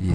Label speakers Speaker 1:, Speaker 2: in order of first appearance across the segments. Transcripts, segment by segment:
Speaker 1: 以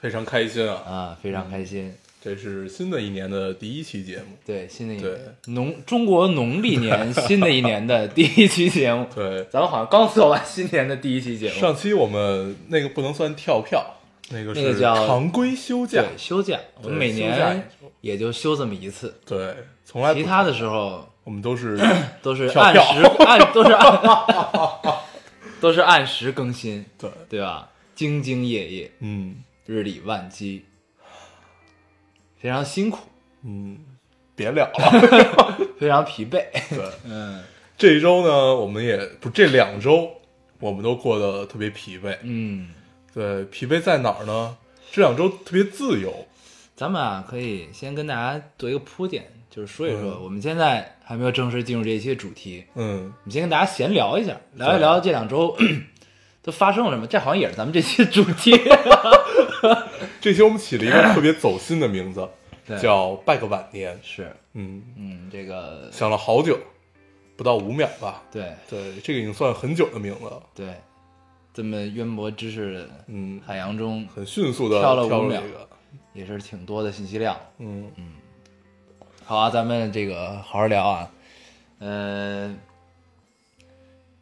Speaker 2: 非常开心啊！
Speaker 3: 啊，非常开心。
Speaker 2: 这是新的一年的第一期节目，
Speaker 3: 对，新的一年
Speaker 2: 对
Speaker 3: 农中国农历年新的一年的第一期节目，
Speaker 2: 对，
Speaker 3: 咱们好像刚做完新年的第一期节目，
Speaker 2: 上期我们那个不能算跳票，那个
Speaker 3: 那
Speaker 2: 是
Speaker 3: 个叫
Speaker 2: 常规休假，
Speaker 3: 对休假，我们
Speaker 2: 对
Speaker 3: 每
Speaker 2: 休假
Speaker 3: 年也就休这么一次，
Speaker 2: 对，从来不
Speaker 3: 其他的时候
Speaker 2: 我们 都是
Speaker 3: 都是
Speaker 2: 哎跳
Speaker 3: 按
Speaker 2: 票
Speaker 3: 时按都是按 都是按时更新，
Speaker 2: 对，
Speaker 3: 对吧？兢兢业业，
Speaker 2: 嗯
Speaker 3: 日理万机，非常辛苦，
Speaker 2: 嗯，别聊 了。
Speaker 3: 非常疲惫。
Speaker 2: 对，
Speaker 3: 嗯
Speaker 2: 这一周呢，我们也不这两周，我们都过得特别疲惫。
Speaker 3: 嗯，
Speaker 2: 对，疲惫在哪儿呢？这两周特别自由，
Speaker 3: 咱们啊可以先跟大家做一个铺垫，就是说一说、
Speaker 2: 嗯
Speaker 3: 我们现在还没有正式进入这一期的主题，
Speaker 2: 嗯，
Speaker 3: 我们先跟大家闲聊一下，聊一聊这两周 都发生了什么。这好像也是咱们这期的主 题，
Speaker 2: 这期我们起了 一个特别走心的名字
Speaker 3: 对，
Speaker 2: 叫拜个晚年，
Speaker 3: 是
Speaker 2: 嗯。
Speaker 3: 嗯这个
Speaker 2: 想了好久，不到五秒吧。
Speaker 3: 对
Speaker 2: 对，这个已经算很久的名字了。
Speaker 3: 对，这么渊博知识的
Speaker 2: 嗯，
Speaker 3: 海洋中
Speaker 2: 很迅速的
Speaker 3: 跳了五
Speaker 2: 跳
Speaker 3: 秒
Speaker 2: 这个。
Speaker 3: 也是挺多的信息量。
Speaker 2: 嗯
Speaker 3: 好啊，咱们这个好好聊啊。呃，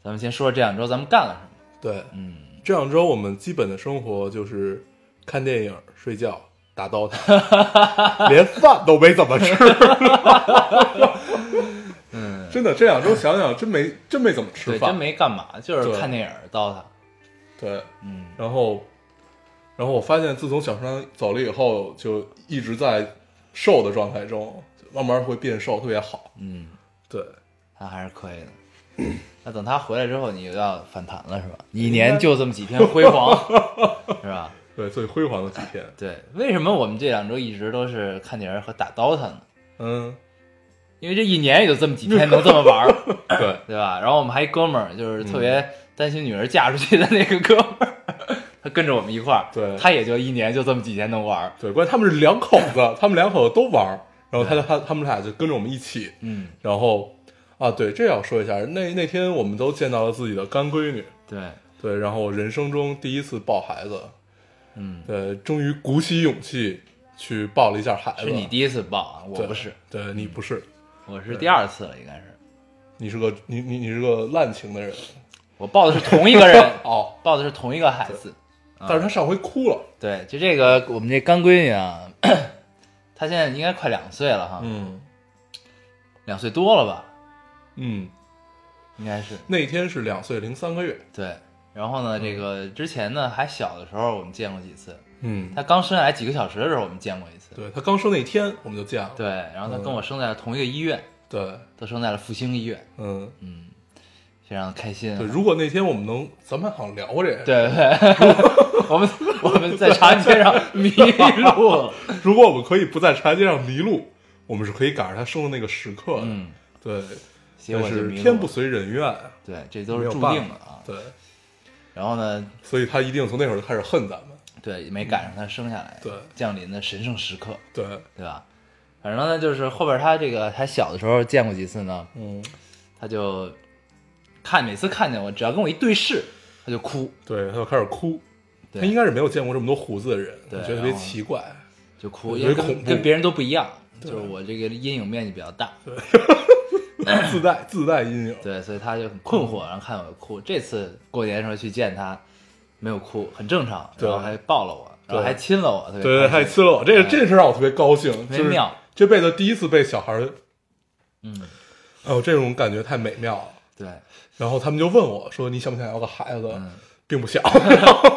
Speaker 3: 咱们先说说这两周咱们干了什么。
Speaker 2: 对，
Speaker 3: 嗯，
Speaker 2: 这两周我们基本的生活就是看电影、睡觉、打 DOTA，连 饭都没怎么吃。嗯，真的，这两周想想真没真没怎么吃
Speaker 3: 对，
Speaker 2: 饭，
Speaker 3: 真没干嘛，就是
Speaker 2: 对
Speaker 3: 看电影儿、刀塔。
Speaker 2: 对，
Speaker 3: 嗯，
Speaker 2: 然后，然后我发现自从小川走了以后，就一直在瘦的状态中，慢慢会变瘦，特别好。
Speaker 3: 嗯，
Speaker 2: 对，
Speaker 3: 他还是可以 的。那等他回来之后，你就要反弹了，是吧？一年就这么几天辉 煌，是吧？
Speaker 2: 对，最辉煌的几天。
Speaker 3: 对，为什么我们这两周一直都是看电影儿和打 DOTA 呢？
Speaker 2: 嗯，
Speaker 3: 因为这一年也就这么几天能这么玩儿，
Speaker 2: 对，
Speaker 3: 对吧？然后我们还一哥们儿，就是特
Speaker 2: 嗯
Speaker 3: 别担心女儿嫁出去的那个哥们儿， 他跟着我们一块儿，
Speaker 2: 对
Speaker 3: 他也就一年就这么几天能玩儿，
Speaker 2: 对，关键他们是两口子，他们两口子都玩儿，然后他他他们俩就跟着我们一起，
Speaker 3: 嗯，
Speaker 2: 然后啊，对，这要说一下，那那天我们都见到了自己的干闺女，
Speaker 3: 对，
Speaker 2: 对，然后人生中第一次抱孩子，
Speaker 3: 嗯，
Speaker 2: 对，终于鼓起勇气去抱了一下孩子。
Speaker 3: 是你第一次报啊，我
Speaker 2: 对
Speaker 3: 不是，，
Speaker 2: 对你不是，
Speaker 3: 我是第二次了，应该是
Speaker 2: 你是个你你你是个滥情的人，
Speaker 3: 我报的是同一个人
Speaker 2: 哦，
Speaker 3: 报的是同一个孩子，啊
Speaker 2: 但是他上回哭了，
Speaker 3: 对，就这个我们这干闺女啊， 她现在应该快两岁了哈，
Speaker 2: 嗯
Speaker 3: 两岁多了吧，
Speaker 2: 嗯，
Speaker 3: 应该是
Speaker 2: 那天是两岁零三个月，
Speaker 3: 对。然后呢，这个之前呢还小的时候我们见过几次，
Speaker 2: 嗯，
Speaker 3: 她刚生下来几个小时的时候我们见过一次，
Speaker 2: 对他刚生那天我们就见了，
Speaker 3: 对，然后她
Speaker 2: 嗯
Speaker 3: 跟我生在了同一个医院，
Speaker 2: 对，
Speaker 3: 都生在了复兴医院，
Speaker 2: 嗯，
Speaker 3: 嗯，非常开心啊、
Speaker 2: 对，如果那天我们能，咱们好像聊过这个。，
Speaker 3: 对对， 我们我们在长安街上迷路了。
Speaker 2: 如果我们可以不在长安街上迷路，我们是可以赶上他生的那个时刻的。
Speaker 3: 嗯，
Speaker 2: 对，
Speaker 3: 结
Speaker 2: 但
Speaker 3: 果就是迷路
Speaker 2: 天不
Speaker 3: 了啊
Speaker 2: 随人愿，
Speaker 3: 对，这都
Speaker 2: 没
Speaker 3: 是
Speaker 2: 有
Speaker 3: 注
Speaker 2: 办
Speaker 3: 定的
Speaker 2: 法
Speaker 3: 啊。
Speaker 2: 对，
Speaker 3: 然后呢，
Speaker 2: 所以他一定从那会儿就开始恨咱们。
Speaker 3: 对，没赶上他生下来，
Speaker 2: 对
Speaker 3: 降临的神圣时刻，
Speaker 2: 对，
Speaker 3: 对吧？反正呢，就是后边他这个还小的时候见过几次呢，
Speaker 2: 嗯，
Speaker 3: 他就看每次看见我，只要跟我一对视，他就哭，
Speaker 2: 对，他就开始哭。
Speaker 3: 对
Speaker 2: 他应该是没有见过这么多胡子的人，
Speaker 3: 对
Speaker 2: 我觉得
Speaker 3: 然
Speaker 2: 特别
Speaker 3: 后
Speaker 2: 奇 怪。
Speaker 3: 就哭，
Speaker 2: 对
Speaker 3: 因为
Speaker 2: 特
Speaker 3: 跟
Speaker 2: 别恐怖
Speaker 3: 跟别人都不一样，就是我这个阴影面积比较大，
Speaker 2: 自带自带阴影。
Speaker 3: 对，所以他就很困惑，然后看我哭。这次过年的时候去见他，没有哭，很正常，
Speaker 2: 对
Speaker 3: 然后还抱了我，然后
Speaker 2: 对
Speaker 3: 还亲了我，特别
Speaker 2: 对对，
Speaker 3: 开
Speaker 2: 太
Speaker 3: 心
Speaker 2: 刺了我，这个这事让我特别高兴，
Speaker 3: 别
Speaker 2: 就是
Speaker 3: 妙
Speaker 2: 这辈子第一次被小孩儿，
Speaker 3: 嗯，
Speaker 2: 哦，这种感觉太美妙了。
Speaker 3: 对，
Speaker 2: 然后他们就问我说：“你想不想要个孩子？”
Speaker 3: 嗯
Speaker 2: 并不想。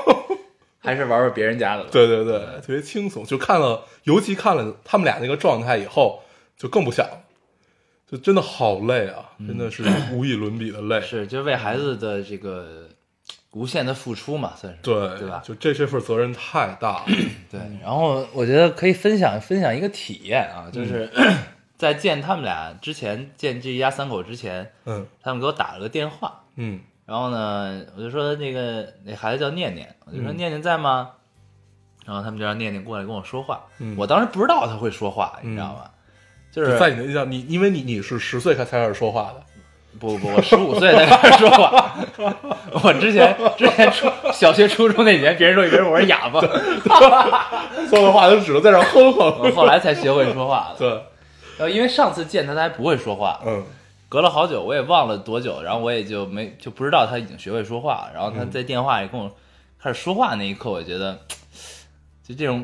Speaker 3: 还是玩玩别人家的吧。
Speaker 2: 对对对，特别轻松。就看了，尤其看了他们俩那个状态以后，就更不想了，就真的
Speaker 3: 嗯
Speaker 2: 好累啊，真的是无以伦比的累。
Speaker 3: 是，就是为孩子的这个无限的付出嘛，算是
Speaker 2: 对
Speaker 3: 对吧？
Speaker 2: 就这这份责任太 大了，
Speaker 3: 对，然后我觉得可以分享分享一个体验啊，就是、 在见他们俩之前，见这一家三口之前，
Speaker 2: 嗯
Speaker 3: 他们给我打了个电话，
Speaker 2: 嗯
Speaker 3: 然后呢，我就说那个那孩子叫念念，我就说
Speaker 2: 嗯
Speaker 3: 念念在吗？然后他们就让念念过来跟我说话，
Speaker 2: 嗯
Speaker 3: 我当时不知道他会说话，你知道吗？就是
Speaker 2: 在你的印象，你因为你你是十岁才开始说话的，
Speaker 3: 不不，我十五岁才开始说话。我之前之前初小学、初中那年，别人都以为我是哑巴，
Speaker 2: 说的话就只能在这儿哼
Speaker 3: 我
Speaker 2: 哼。
Speaker 3: 后来才学会说话的。
Speaker 2: 对，
Speaker 3: 然后因为上次见他，他还不会说话，
Speaker 2: 嗯
Speaker 3: 隔了好久，我也忘了多久，然后我也就没就不知道他已经学会说话了。然后他在电话里跟我开始说话那一刻，我觉得就这种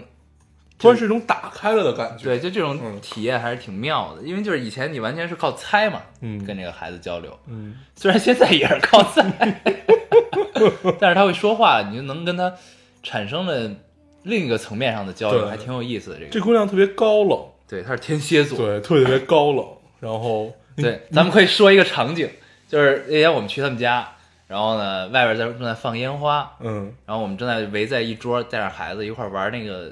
Speaker 2: 突然是一种打开了的感觉。
Speaker 3: 对，就这种
Speaker 2: 嗯
Speaker 3: 体验还是挺妙的，因为就是以前你完全是靠猜嘛，
Speaker 2: 嗯
Speaker 3: 跟这个孩子交流，
Speaker 2: 嗯
Speaker 3: 虽然现在也是靠猜， 但是他会说话，你就能跟他产生了另一个层面上的交流，
Speaker 2: 对
Speaker 3: 还挺有意思的。这个，
Speaker 2: 这姑娘特别高冷，
Speaker 3: 对，他是天蝎座，
Speaker 2: 对，嗯特别高冷。然后，
Speaker 3: 对，咱们可以说一个场景，就是那天我们去他们家，然后呢，外边在正在放烟花，
Speaker 2: 嗯，
Speaker 3: 然后我们正在围在一桌，带着孩子一块儿玩那个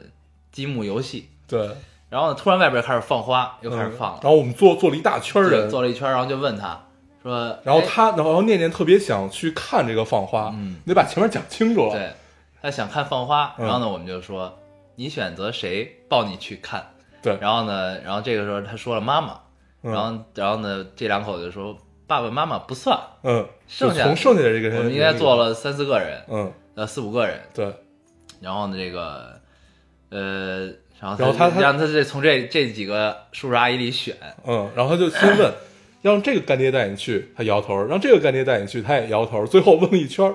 Speaker 3: 积木游戏，
Speaker 2: 对，
Speaker 3: 然后呢，突然外边开始放花，又开始
Speaker 2: 嗯
Speaker 3: 放了
Speaker 2: 然，后我们坐坐了一大圈
Speaker 3: 对
Speaker 2: 人，
Speaker 3: 坐了一圈，然后就问他说，
Speaker 2: 然后
Speaker 3: 哎
Speaker 2: 他，然后念念特别想去看这个放花，
Speaker 3: 嗯
Speaker 2: 你得把前面讲清楚了。
Speaker 3: 对，他想看放花，
Speaker 2: 嗯
Speaker 3: 然后呢，我们就说你选择谁抱你去看，
Speaker 2: 对
Speaker 3: 然后呢，然后这个时候他说了妈妈，
Speaker 2: 嗯
Speaker 3: 然后然后呢，这两口就说爸爸妈妈不算，
Speaker 2: 嗯，
Speaker 3: 剩下
Speaker 2: 就从剩下的这个人，
Speaker 3: 我们应该坐，了三四个人，
Speaker 2: 嗯，
Speaker 3: 呃四五个人，
Speaker 2: 对，
Speaker 3: 然后呢这个呃。然后
Speaker 2: 然后他他
Speaker 3: 让他这从这这几个叔叔阿姨里选，
Speaker 2: 嗯，然后他就先问，让这个干爹带你去，他摇头；让这个干爹带你去，他也摇头。最后问了一圈，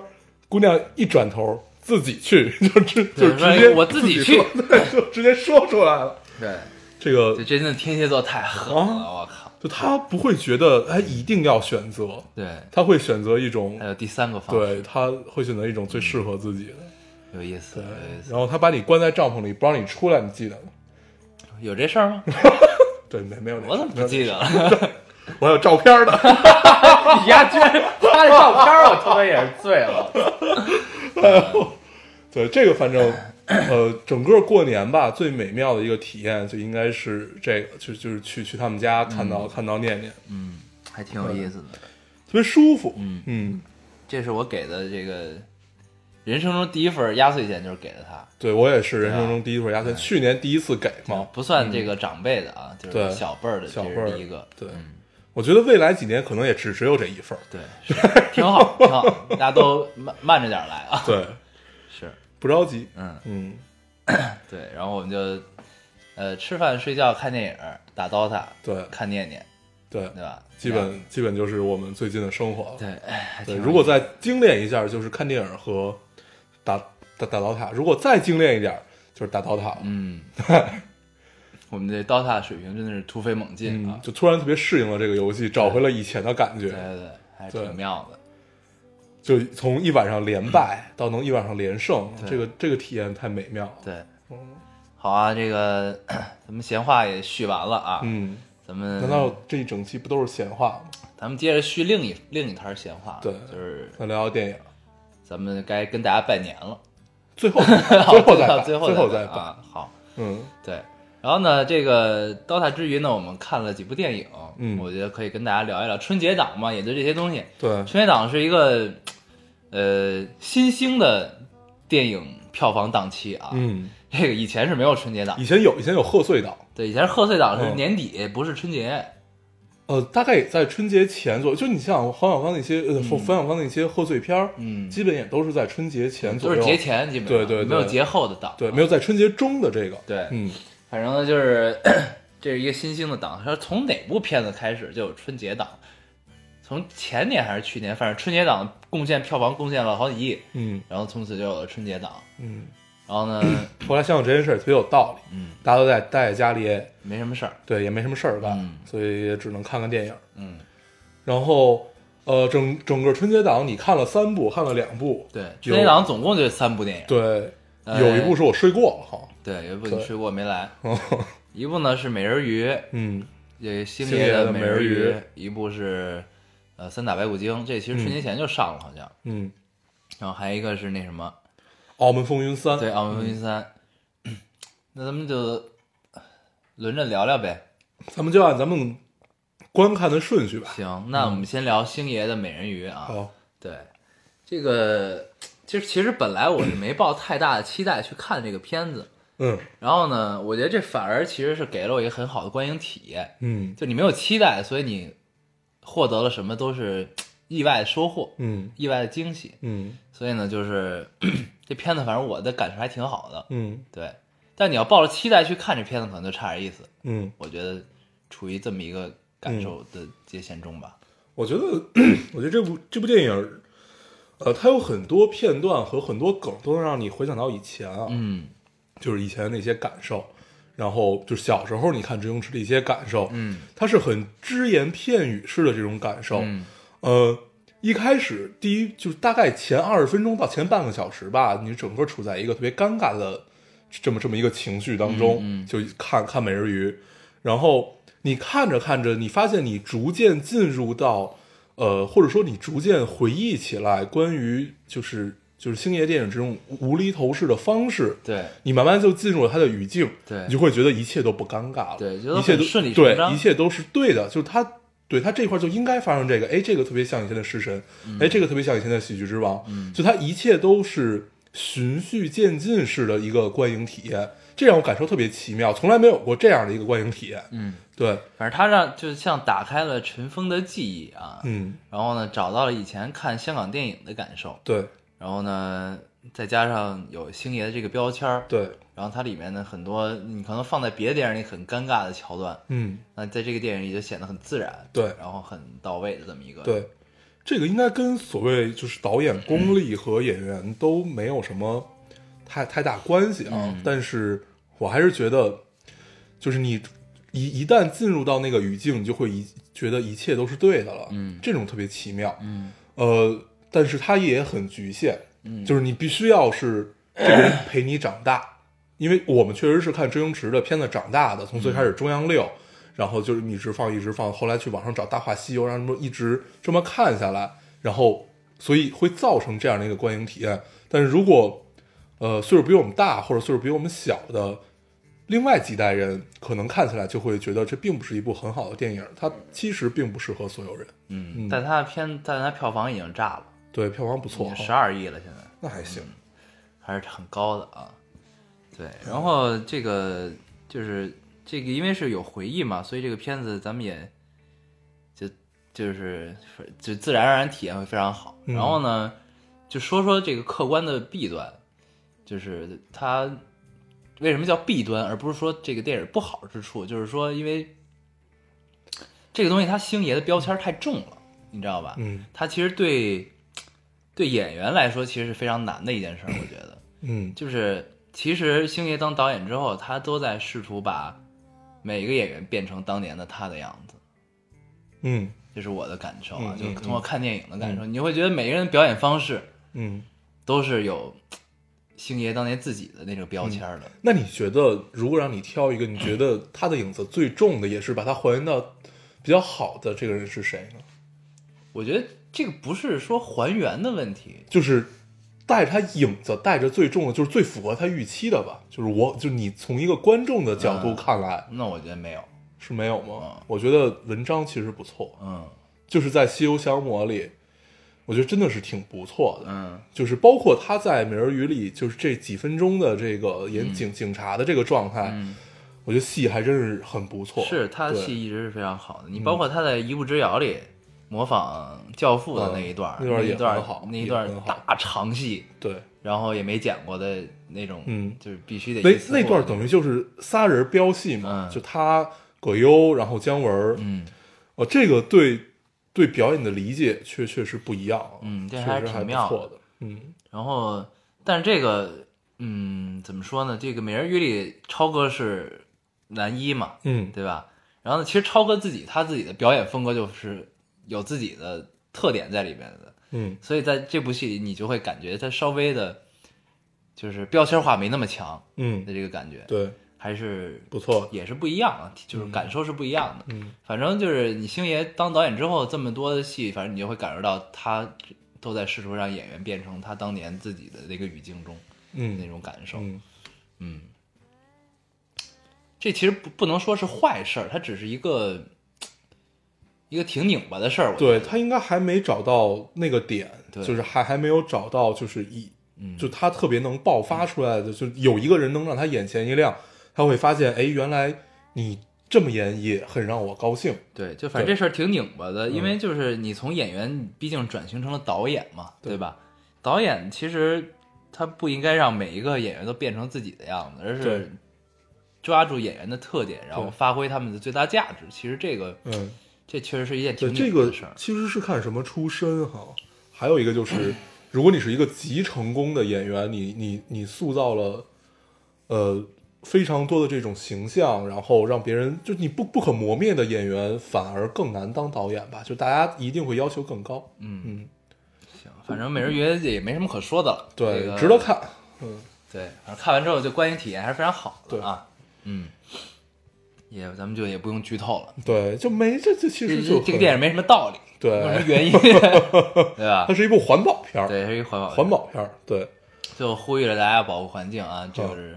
Speaker 2: 姑娘一转头，自己去，就直就
Speaker 3: 对
Speaker 2: 直
Speaker 3: 说哎
Speaker 2: 接
Speaker 3: 我自
Speaker 2: 自
Speaker 3: 己
Speaker 2: 说
Speaker 3: 去
Speaker 2: 对，就直接说出来了。
Speaker 3: 对，
Speaker 2: 这个
Speaker 3: 就真的天蝎座太狠
Speaker 2: 哦
Speaker 3: 了，我靠！
Speaker 2: 就他不会觉得哎一定要选择，
Speaker 3: 对，
Speaker 2: 他会选择一种
Speaker 3: 还，有第三个方式，
Speaker 2: 对，他会选择一种最适合自己的。
Speaker 3: 有意思，有意思，
Speaker 2: 然后他把你关在帐篷里，不让你出来，你记得吗？
Speaker 3: 有这事儿吗？
Speaker 2: 对，没没有那事儿，
Speaker 3: 我怎么不记
Speaker 2: 得？
Speaker 3: 得了？
Speaker 2: 我有照片的。
Speaker 3: 你丫居然发这照片儿，我他妈也是醉了。
Speaker 2: 对，这个反正呃，整个过年吧，最美妙的一个体验就应该是这个，就就是去去他们家看到、看到念念，
Speaker 3: 嗯，还挺有意思的。
Speaker 2: 特别舒服。
Speaker 3: 嗯
Speaker 2: 嗯，
Speaker 3: 这是我给的这个人生中第一份压岁钱，就是给了他，
Speaker 2: 对我也是人
Speaker 3: 对
Speaker 2: 生
Speaker 3: 啊
Speaker 2: 中第一份压岁，去年第一次给嘛。
Speaker 3: 不算这个长辈的啊，就是
Speaker 2: 对
Speaker 3: 哦嗯小辈儿的，
Speaker 2: 小
Speaker 3: 这
Speaker 2: 辈儿
Speaker 3: 是第一个。
Speaker 2: 对
Speaker 3: 嗯
Speaker 2: 我觉得未来几年可能也只只有这一份儿。
Speaker 3: 对，是挺好，挺好，大家都慢慢着点儿来啊。
Speaker 2: 对，
Speaker 3: 是，
Speaker 2: 不着急。
Speaker 3: 嗯，
Speaker 2: 嗯，
Speaker 3: 对，然后我们就呃吃饭、睡觉、看电影儿、打 DOTA，
Speaker 2: 对
Speaker 3: 看念念，
Speaker 2: 对，
Speaker 3: 对吧？
Speaker 2: 基本基本就是我们最近的生活了。
Speaker 3: 对，哎
Speaker 2: 对，
Speaker 3: 挺有
Speaker 2: 如果
Speaker 3: 意思的
Speaker 2: 再精炼一下，就是看电影和打打打刀塔；如果再精炼一点，就是打刀塔了。
Speaker 3: 嗯， 我们这 DOTA 水平真的是突飞猛进啊
Speaker 2: 嗯，！就突然特别适应了这个游戏，找回了以前的感
Speaker 3: 对
Speaker 2: 觉。
Speaker 3: 对对，还是
Speaker 2: 对
Speaker 3: 挺妙的。
Speaker 2: 就从一晚上连败到能一晚上连胜，
Speaker 3: 对啊
Speaker 2: 这个这个体验太美妙了。
Speaker 3: 对，
Speaker 2: 哦
Speaker 3: 好啊，这个 咱们闲话也续完了啊，
Speaker 2: 嗯，
Speaker 3: 咱们
Speaker 2: 难道这一整期不都是闲话吗？
Speaker 3: 咱们接着续另一另一摊闲话？
Speaker 2: 对
Speaker 3: 就是
Speaker 2: 那聊聊电 影，
Speaker 3: 咱们该跟大家拜年 了，
Speaker 2: 最后最后再
Speaker 3: 到
Speaker 2: 办，
Speaker 3: 最后
Speaker 2: 最后
Speaker 3: 再
Speaker 2: 再
Speaker 3: 拜
Speaker 2: 办。
Speaker 3: 啊。好，
Speaker 2: 嗯，
Speaker 3: 对。然后呢，这个 DOTA 之余呢，我们看了几部电影，
Speaker 2: 嗯
Speaker 3: 我觉得可以跟大家聊一聊春节档嘛，也就这些东西。
Speaker 2: 对，
Speaker 3: 春节档是一个呃新兴的电影票房档期啊，
Speaker 2: 嗯，
Speaker 3: 这个以前是没有春节档
Speaker 2: 以，前有以前有贺岁档，
Speaker 3: 对，以前贺岁档是
Speaker 2: 嗯
Speaker 3: 年底，不是春节，
Speaker 2: 呃，大概也在春节前左右。就你像冯小刚那些呃，冯冯小刚那些贺岁片儿，
Speaker 3: 嗯
Speaker 2: 基本也都是在春节前
Speaker 3: 都
Speaker 2: 左
Speaker 3: 是
Speaker 2: 右，
Speaker 3: 节前基本上
Speaker 2: 对对对
Speaker 3: 没有节后的档，啊
Speaker 2: 对，没有在春节中的这个，
Speaker 3: 对
Speaker 2: 嗯，
Speaker 3: 反正呢就是 这是一个新兴的档，它从哪部片子开始就有春节档？从前年还是去年，反正春节档贡献票房贡献了好几亿，
Speaker 2: 嗯
Speaker 3: 然后从此就有了春节档。
Speaker 2: 嗯。
Speaker 3: 然后呢，
Speaker 2: 后来想想这件事儿特别有道理，
Speaker 3: 嗯，
Speaker 2: 大家都在待在家里也，
Speaker 3: 没什么事儿，
Speaker 2: 对，也没什么事儿干，
Speaker 3: 嗯
Speaker 2: 所以也只能看看电影。
Speaker 3: 嗯，
Speaker 2: 然后，呃，整整个春节档你看了三部，看了两部，
Speaker 3: 对，
Speaker 2: 有
Speaker 3: 春节档总共就三部电影，
Speaker 2: 对，
Speaker 3: 呃
Speaker 2: 有一部是我睡过了哈，
Speaker 3: 对，有一部你
Speaker 2: 对
Speaker 3: 睡过没 来，
Speaker 2: 嗯
Speaker 3: 一部呢是美人鱼，
Speaker 2: 嗯，
Speaker 3: 这星
Speaker 2: 星
Speaker 3: 爷
Speaker 2: 爷
Speaker 3: 的
Speaker 2: 的
Speaker 3: 美
Speaker 2: 美人
Speaker 3: 鱼
Speaker 2: 鱼，
Speaker 3: 一部是呃三打白骨精，这其实春节前就上了，好像。
Speaker 2: 嗯
Speaker 3: 然后还有一个是那什么，
Speaker 2: 《澳门风云三》
Speaker 3: 对，《澳门风云三》 那咱们就轮着聊聊呗。
Speaker 2: 咱们就按咱们观看的顺序吧。
Speaker 3: 行，那我们先聊星爷的《美人鱼》啊。
Speaker 2: 好，
Speaker 3: 对，这个其实其实本来我是没抱太大的期待去看这个片子，
Speaker 2: 嗯
Speaker 3: 然后呢，我觉得这反而其实是给了我一个很好的观影体验。
Speaker 2: 嗯
Speaker 3: 就你没有期待，所以你获得了什么都是意外的收获、
Speaker 2: 嗯
Speaker 3: 意外的惊喜。
Speaker 2: 嗯
Speaker 3: 所以呢，就是 这片子，反正我的感受还挺好的。
Speaker 2: 嗯
Speaker 3: 对，但你要抱着期待去看这片子，可能就差点意思。
Speaker 2: 嗯，
Speaker 3: 我觉得处于这么一个感受的界限中吧。嗯
Speaker 2: 我觉得，我觉得这部这部电影，呃，它有很多片段和很多梗都能让你回想到以前啊，
Speaker 3: 嗯
Speaker 2: 就是以前的那些感受，然后就是小时候你看周星驰的一些感受，
Speaker 3: 嗯
Speaker 2: 它是很只言片语式的这种感受，
Speaker 3: 嗯
Speaker 2: 呃，一开始第一就是大概前二十分钟到前半个小时吧，你整个处在一个特别尴尬的这么这么一个情绪当中，
Speaker 3: 嗯嗯
Speaker 2: 就看看美人鱼，然后你看着看着，你发现你逐渐进入到呃，或者说你逐渐回忆起来关于就是就是星爷电影这种无厘头式的方式，
Speaker 3: 对
Speaker 2: 你慢慢就进入了他的语境，
Speaker 3: 对
Speaker 2: 你就会觉得一切都不尴尬了，
Speaker 3: 对觉得
Speaker 2: 一切
Speaker 3: 很
Speaker 2: 都
Speaker 3: 顺理成
Speaker 2: 对
Speaker 3: 章，
Speaker 2: 一切都是对的，就是他对他这块就应该发生这个，哎，这个特别像以前的食神，
Speaker 3: 嗯
Speaker 2: 哎，这个特别像以前的喜剧之王，就他一切都是循序渐进式的一个观影体验，这让我感受特别奇妙，从来没有过这样的一个观影体验，
Speaker 3: 嗯，
Speaker 2: 对，
Speaker 3: 反正他让就像打开了尘封的记忆啊。
Speaker 2: 嗯，
Speaker 3: 然后呢，找到了以前看香港电影的感受，
Speaker 2: 对
Speaker 3: 然后呢，再加上有星爷的这个标签儿，
Speaker 2: 对，
Speaker 3: 然后它里面的很多你可能放在别的电影里很尴尬的桥段，
Speaker 2: 嗯
Speaker 3: 那在这个电影里就显得很自然，
Speaker 2: 对
Speaker 3: 然后很到位的这么一个，，
Speaker 2: 对。这个应该跟所谓就是导演功力和演员都没有什么太太大关系啊，
Speaker 3: 嗯
Speaker 2: 但是我还是觉得，就是你一一旦进入到那个语境，你就会一觉得一切都是对的了，
Speaker 3: 嗯
Speaker 2: 这种特别奇妙，
Speaker 3: 嗯
Speaker 2: 呃，但是它也很局限，
Speaker 3: 嗯，
Speaker 2: 就是你必须要是这个人陪你长大，因为我们确实是看周星驰的片子长大的，从最开始中央六，然后就是一直放一直放，后来去网上找《大话西游》，让他们一直这么看下来，然后所以会造成这样的一个观影体验。但是如果呃岁数比我们大或者岁数比我们小的另外几代人，可能看起来就会觉得这并不是一部很好的电影，它其实并不适合所有人。
Speaker 3: 嗯，但它的片，但它票房已经炸了，
Speaker 2: 对，票房不
Speaker 3: 已
Speaker 2: 错
Speaker 3: 经
Speaker 2: 哈，
Speaker 3: 十二亿了，现在
Speaker 2: 那还行，
Speaker 3: 还是很高的啊，对，然后这个就是这个，因为是有回忆嘛，所以这个片子咱们也就就是就自然而然体验会非常好。
Speaker 2: 嗯
Speaker 3: 然后呢，就说说这个客观的弊端，就是它为什么叫弊端，而不是说这个电影不好之处，就是说因为这个东西它星爷的标签太重了，你知道吧？
Speaker 2: 嗯
Speaker 3: 它其实对对演员来说其实是非常难的一件事儿，我觉得。
Speaker 2: 嗯
Speaker 3: 就是其实星爷当导演之后，他都在试图把每一个演员变成当年的他的样子，
Speaker 2: 嗯
Speaker 3: 这是我的感受啊，
Speaker 2: 嗯
Speaker 3: 就
Speaker 2: 嗯
Speaker 3: 通过看电影的感受，你会觉得每个人的表演方式
Speaker 2: 嗯。
Speaker 3: 都是有星爷当年自己的那种标签儿的。
Speaker 2: 那你觉得，如果让你挑一个，你觉得他的影子最重的，也是把它还原到比较好的这个人是谁呢？
Speaker 3: 我觉得这个不是说还原的问题，
Speaker 2: 就是带着他影子，带着最重的，就是最符合他预期的吧。就是我，就是你从一个观众的角度看来、
Speaker 3: 那我觉得没有。
Speaker 2: 是没有吗？
Speaker 3: 嗯
Speaker 2: 我觉得文章其实不错，
Speaker 3: 嗯
Speaker 2: 就是在《西游降魔》里，我觉得真的是挺不错的。
Speaker 3: 嗯
Speaker 2: 就是包括他在《美人鱼》里，就是这几分钟的这个演警、警察的这个状态，
Speaker 3: 嗯，
Speaker 2: 我觉得戏还真是很不错。
Speaker 3: 是他的
Speaker 2: 对嗯
Speaker 3: 戏一直是非常好的，你包括他在《一步之遥》里。模仿《教父》的那一段儿，
Speaker 2: 嗯那段
Speaker 3: 那
Speaker 2: 儿
Speaker 3: 一
Speaker 2: 也
Speaker 3: 段
Speaker 2: 很
Speaker 3: 儿
Speaker 2: 好
Speaker 3: 那一
Speaker 2: 也
Speaker 3: 段
Speaker 2: 很
Speaker 3: 儿
Speaker 2: 好
Speaker 3: 大长戏，
Speaker 2: 对。
Speaker 3: 然后也没剪过的那种，
Speaker 2: 嗯
Speaker 3: 就是必须得
Speaker 2: 那
Speaker 3: 一次
Speaker 2: 那
Speaker 3: 过
Speaker 2: 段等于就是仨人飙戏嘛，
Speaker 3: 嗯
Speaker 2: 就他葛优，然后姜文儿，
Speaker 3: 嗯
Speaker 2: 哦，这个对对表演的理解确确实不一样啊，
Speaker 3: 嗯这
Speaker 2: 确
Speaker 3: 还是
Speaker 2: 实
Speaker 3: 挺
Speaker 2: 还不
Speaker 3: 妙
Speaker 2: 错的，嗯
Speaker 3: 然后但是这个嗯怎么说呢？这个美人鱼里超哥是男一嘛，
Speaker 2: 嗯
Speaker 3: 对吧？然后呢，其实超哥自己他自己的表演风格就是有自己的特点在里面的，
Speaker 2: 嗯
Speaker 3: 所以在这部戏里你就会感觉他稍微的，就是标签化没那么强的
Speaker 2: 嗯，
Speaker 3: 这个感觉，
Speaker 2: 对，
Speaker 3: 还是
Speaker 2: 不错，
Speaker 3: 也是不一样啊，就是感受是不一样的。
Speaker 2: 嗯
Speaker 3: 反正就是你星爷当导演之后，这么多的戏，反正你就会感受到他都在试图让演员变成他当年自己的那个语境中那
Speaker 2: 嗯
Speaker 3: 种感受。
Speaker 2: 嗯
Speaker 3: 嗯，这其实不不能说是坏事儿，它只是一个嗯一个挺拧巴的事儿。我觉
Speaker 2: 对
Speaker 3: 得，
Speaker 2: 他应该还没找到那个点，
Speaker 3: 对
Speaker 2: 就是还还没有找到，就是一
Speaker 3: 嗯，
Speaker 2: 就他特别能爆发出来的，就有一个人能让他眼前一亮，他会发现，哎，原来你这么演也很让我高兴。
Speaker 3: 对，就反正这事儿挺拧巴的，
Speaker 2: 嗯
Speaker 3: 因为就是你从演员毕竟转型成了导演嘛，
Speaker 2: 对
Speaker 3: 对吧？导演其实他不应该让每一个演员都变成自己的样子，而
Speaker 2: 对
Speaker 3: 是抓住演员的特点，然后
Speaker 2: 对
Speaker 3: 发挥他们的最大价值。其实这个
Speaker 2: 嗯，
Speaker 3: 这确实是一件
Speaker 2: 对，
Speaker 3: 挺
Speaker 2: 这
Speaker 3: 拧巴
Speaker 2: 个
Speaker 3: 的事儿。
Speaker 2: 其实是看什么出身哈。还有一个就是，如果你是一个极成功的演员，你你你塑造了，呃，非常多的这种形象，然后让别人就你不不可磨灭的演员，反而更难当导演吧？就大家一定会要求更高。
Speaker 3: 嗯
Speaker 2: 嗯，
Speaker 3: 行，反正《美人鱼》也没什么可说的了，
Speaker 2: 对，
Speaker 3: 这个
Speaker 2: 值得看。嗯，
Speaker 3: 对，反正看完之后就观影体验还是非常好的
Speaker 2: 对
Speaker 3: 啊。嗯，也咱们就也不用剧透了，
Speaker 2: 对，就没这这其
Speaker 3: 这
Speaker 2: 实就
Speaker 3: 这个
Speaker 2: 很
Speaker 3: 电影没什么道理，
Speaker 2: 对
Speaker 3: 没有什么原因， 对吧
Speaker 2: 它？是一部环保片儿，
Speaker 3: 对，是一个环保
Speaker 2: 环保片儿，对，
Speaker 3: 就呼吁了大家保护环境啊，就是、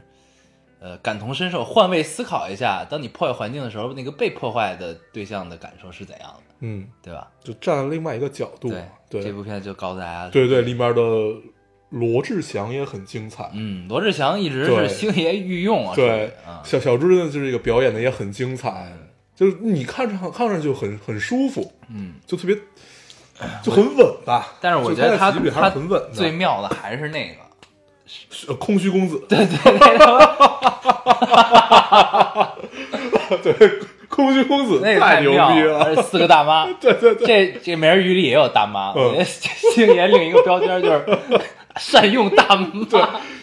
Speaker 3: 呃感同身受，换位思考一下，当你破坏环境的时候，那个被破坏的对象的感受是怎样的，
Speaker 2: 嗯，
Speaker 3: 对吧？
Speaker 2: 就站了另外一个角度
Speaker 3: 对，，
Speaker 2: 对，
Speaker 3: 这部片就告诉大家，
Speaker 2: 对对，里面的罗志祥也很精彩，
Speaker 3: 嗯，罗志祥一直
Speaker 2: 对
Speaker 3: 是星爷御用啊，
Speaker 2: 对
Speaker 3: 属于，啊，
Speaker 2: 小小志呢，就是这个表演的也很精彩，就是你看上看上去很很舒服，
Speaker 3: 嗯，
Speaker 2: 就特别就很稳吧。
Speaker 3: 但是哎我
Speaker 2: 就
Speaker 3: 觉得
Speaker 2: 他
Speaker 3: 他
Speaker 2: 的喜剧还
Speaker 3: 他
Speaker 2: 是很稳的，
Speaker 3: 最妙的还是 那个，
Speaker 2: 是呃空虚公子，对对 对，空虚公子
Speaker 3: 那个
Speaker 2: 太牛
Speaker 3: 妙
Speaker 2: 逼
Speaker 3: 了，
Speaker 2: 了，
Speaker 3: 而且四个大妈，
Speaker 2: 对对对，
Speaker 3: 这这美人鱼里也有大妈，
Speaker 2: 嗯
Speaker 3: 我觉得星爷另一个标签就是 善用大妈，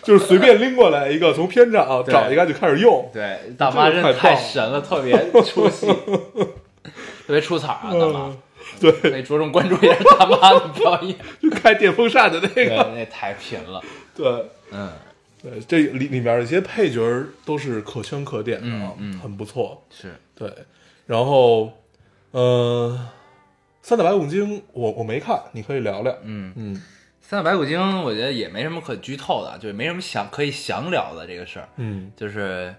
Speaker 2: 就是随便拎过来一个，从片场
Speaker 3: 对
Speaker 2: 找一个就开始用，
Speaker 3: 对，大妈真的太神了，特别出 戏，特别出彩啊，大妈
Speaker 2: 嗯，，对，
Speaker 3: 所以着重关注一下大妈的表演，
Speaker 2: 就开电风扇的 那
Speaker 3: 对，
Speaker 2: 个，
Speaker 3: 那太贫了，
Speaker 2: 对。
Speaker 3: 嗯，
Speaker 2: 对，这里里面有一些配角儿都是可圈可点的啊，
Speaker 3: 嗯嗯
Speaker 2: 很不错。
Speaker 3: 是，
Speaker 2: 对，然后，呃，三打白骨精我我没看，你可以聊聊。
Speaker 3: 嗯，
Speaker 2: 嗯
Speaker 3: 三打白骨精我觉得也没什么可剧透的，就是没什么想可以详聊的这个事儿，
Speaker 2: 嗯
Speaker 3: 就是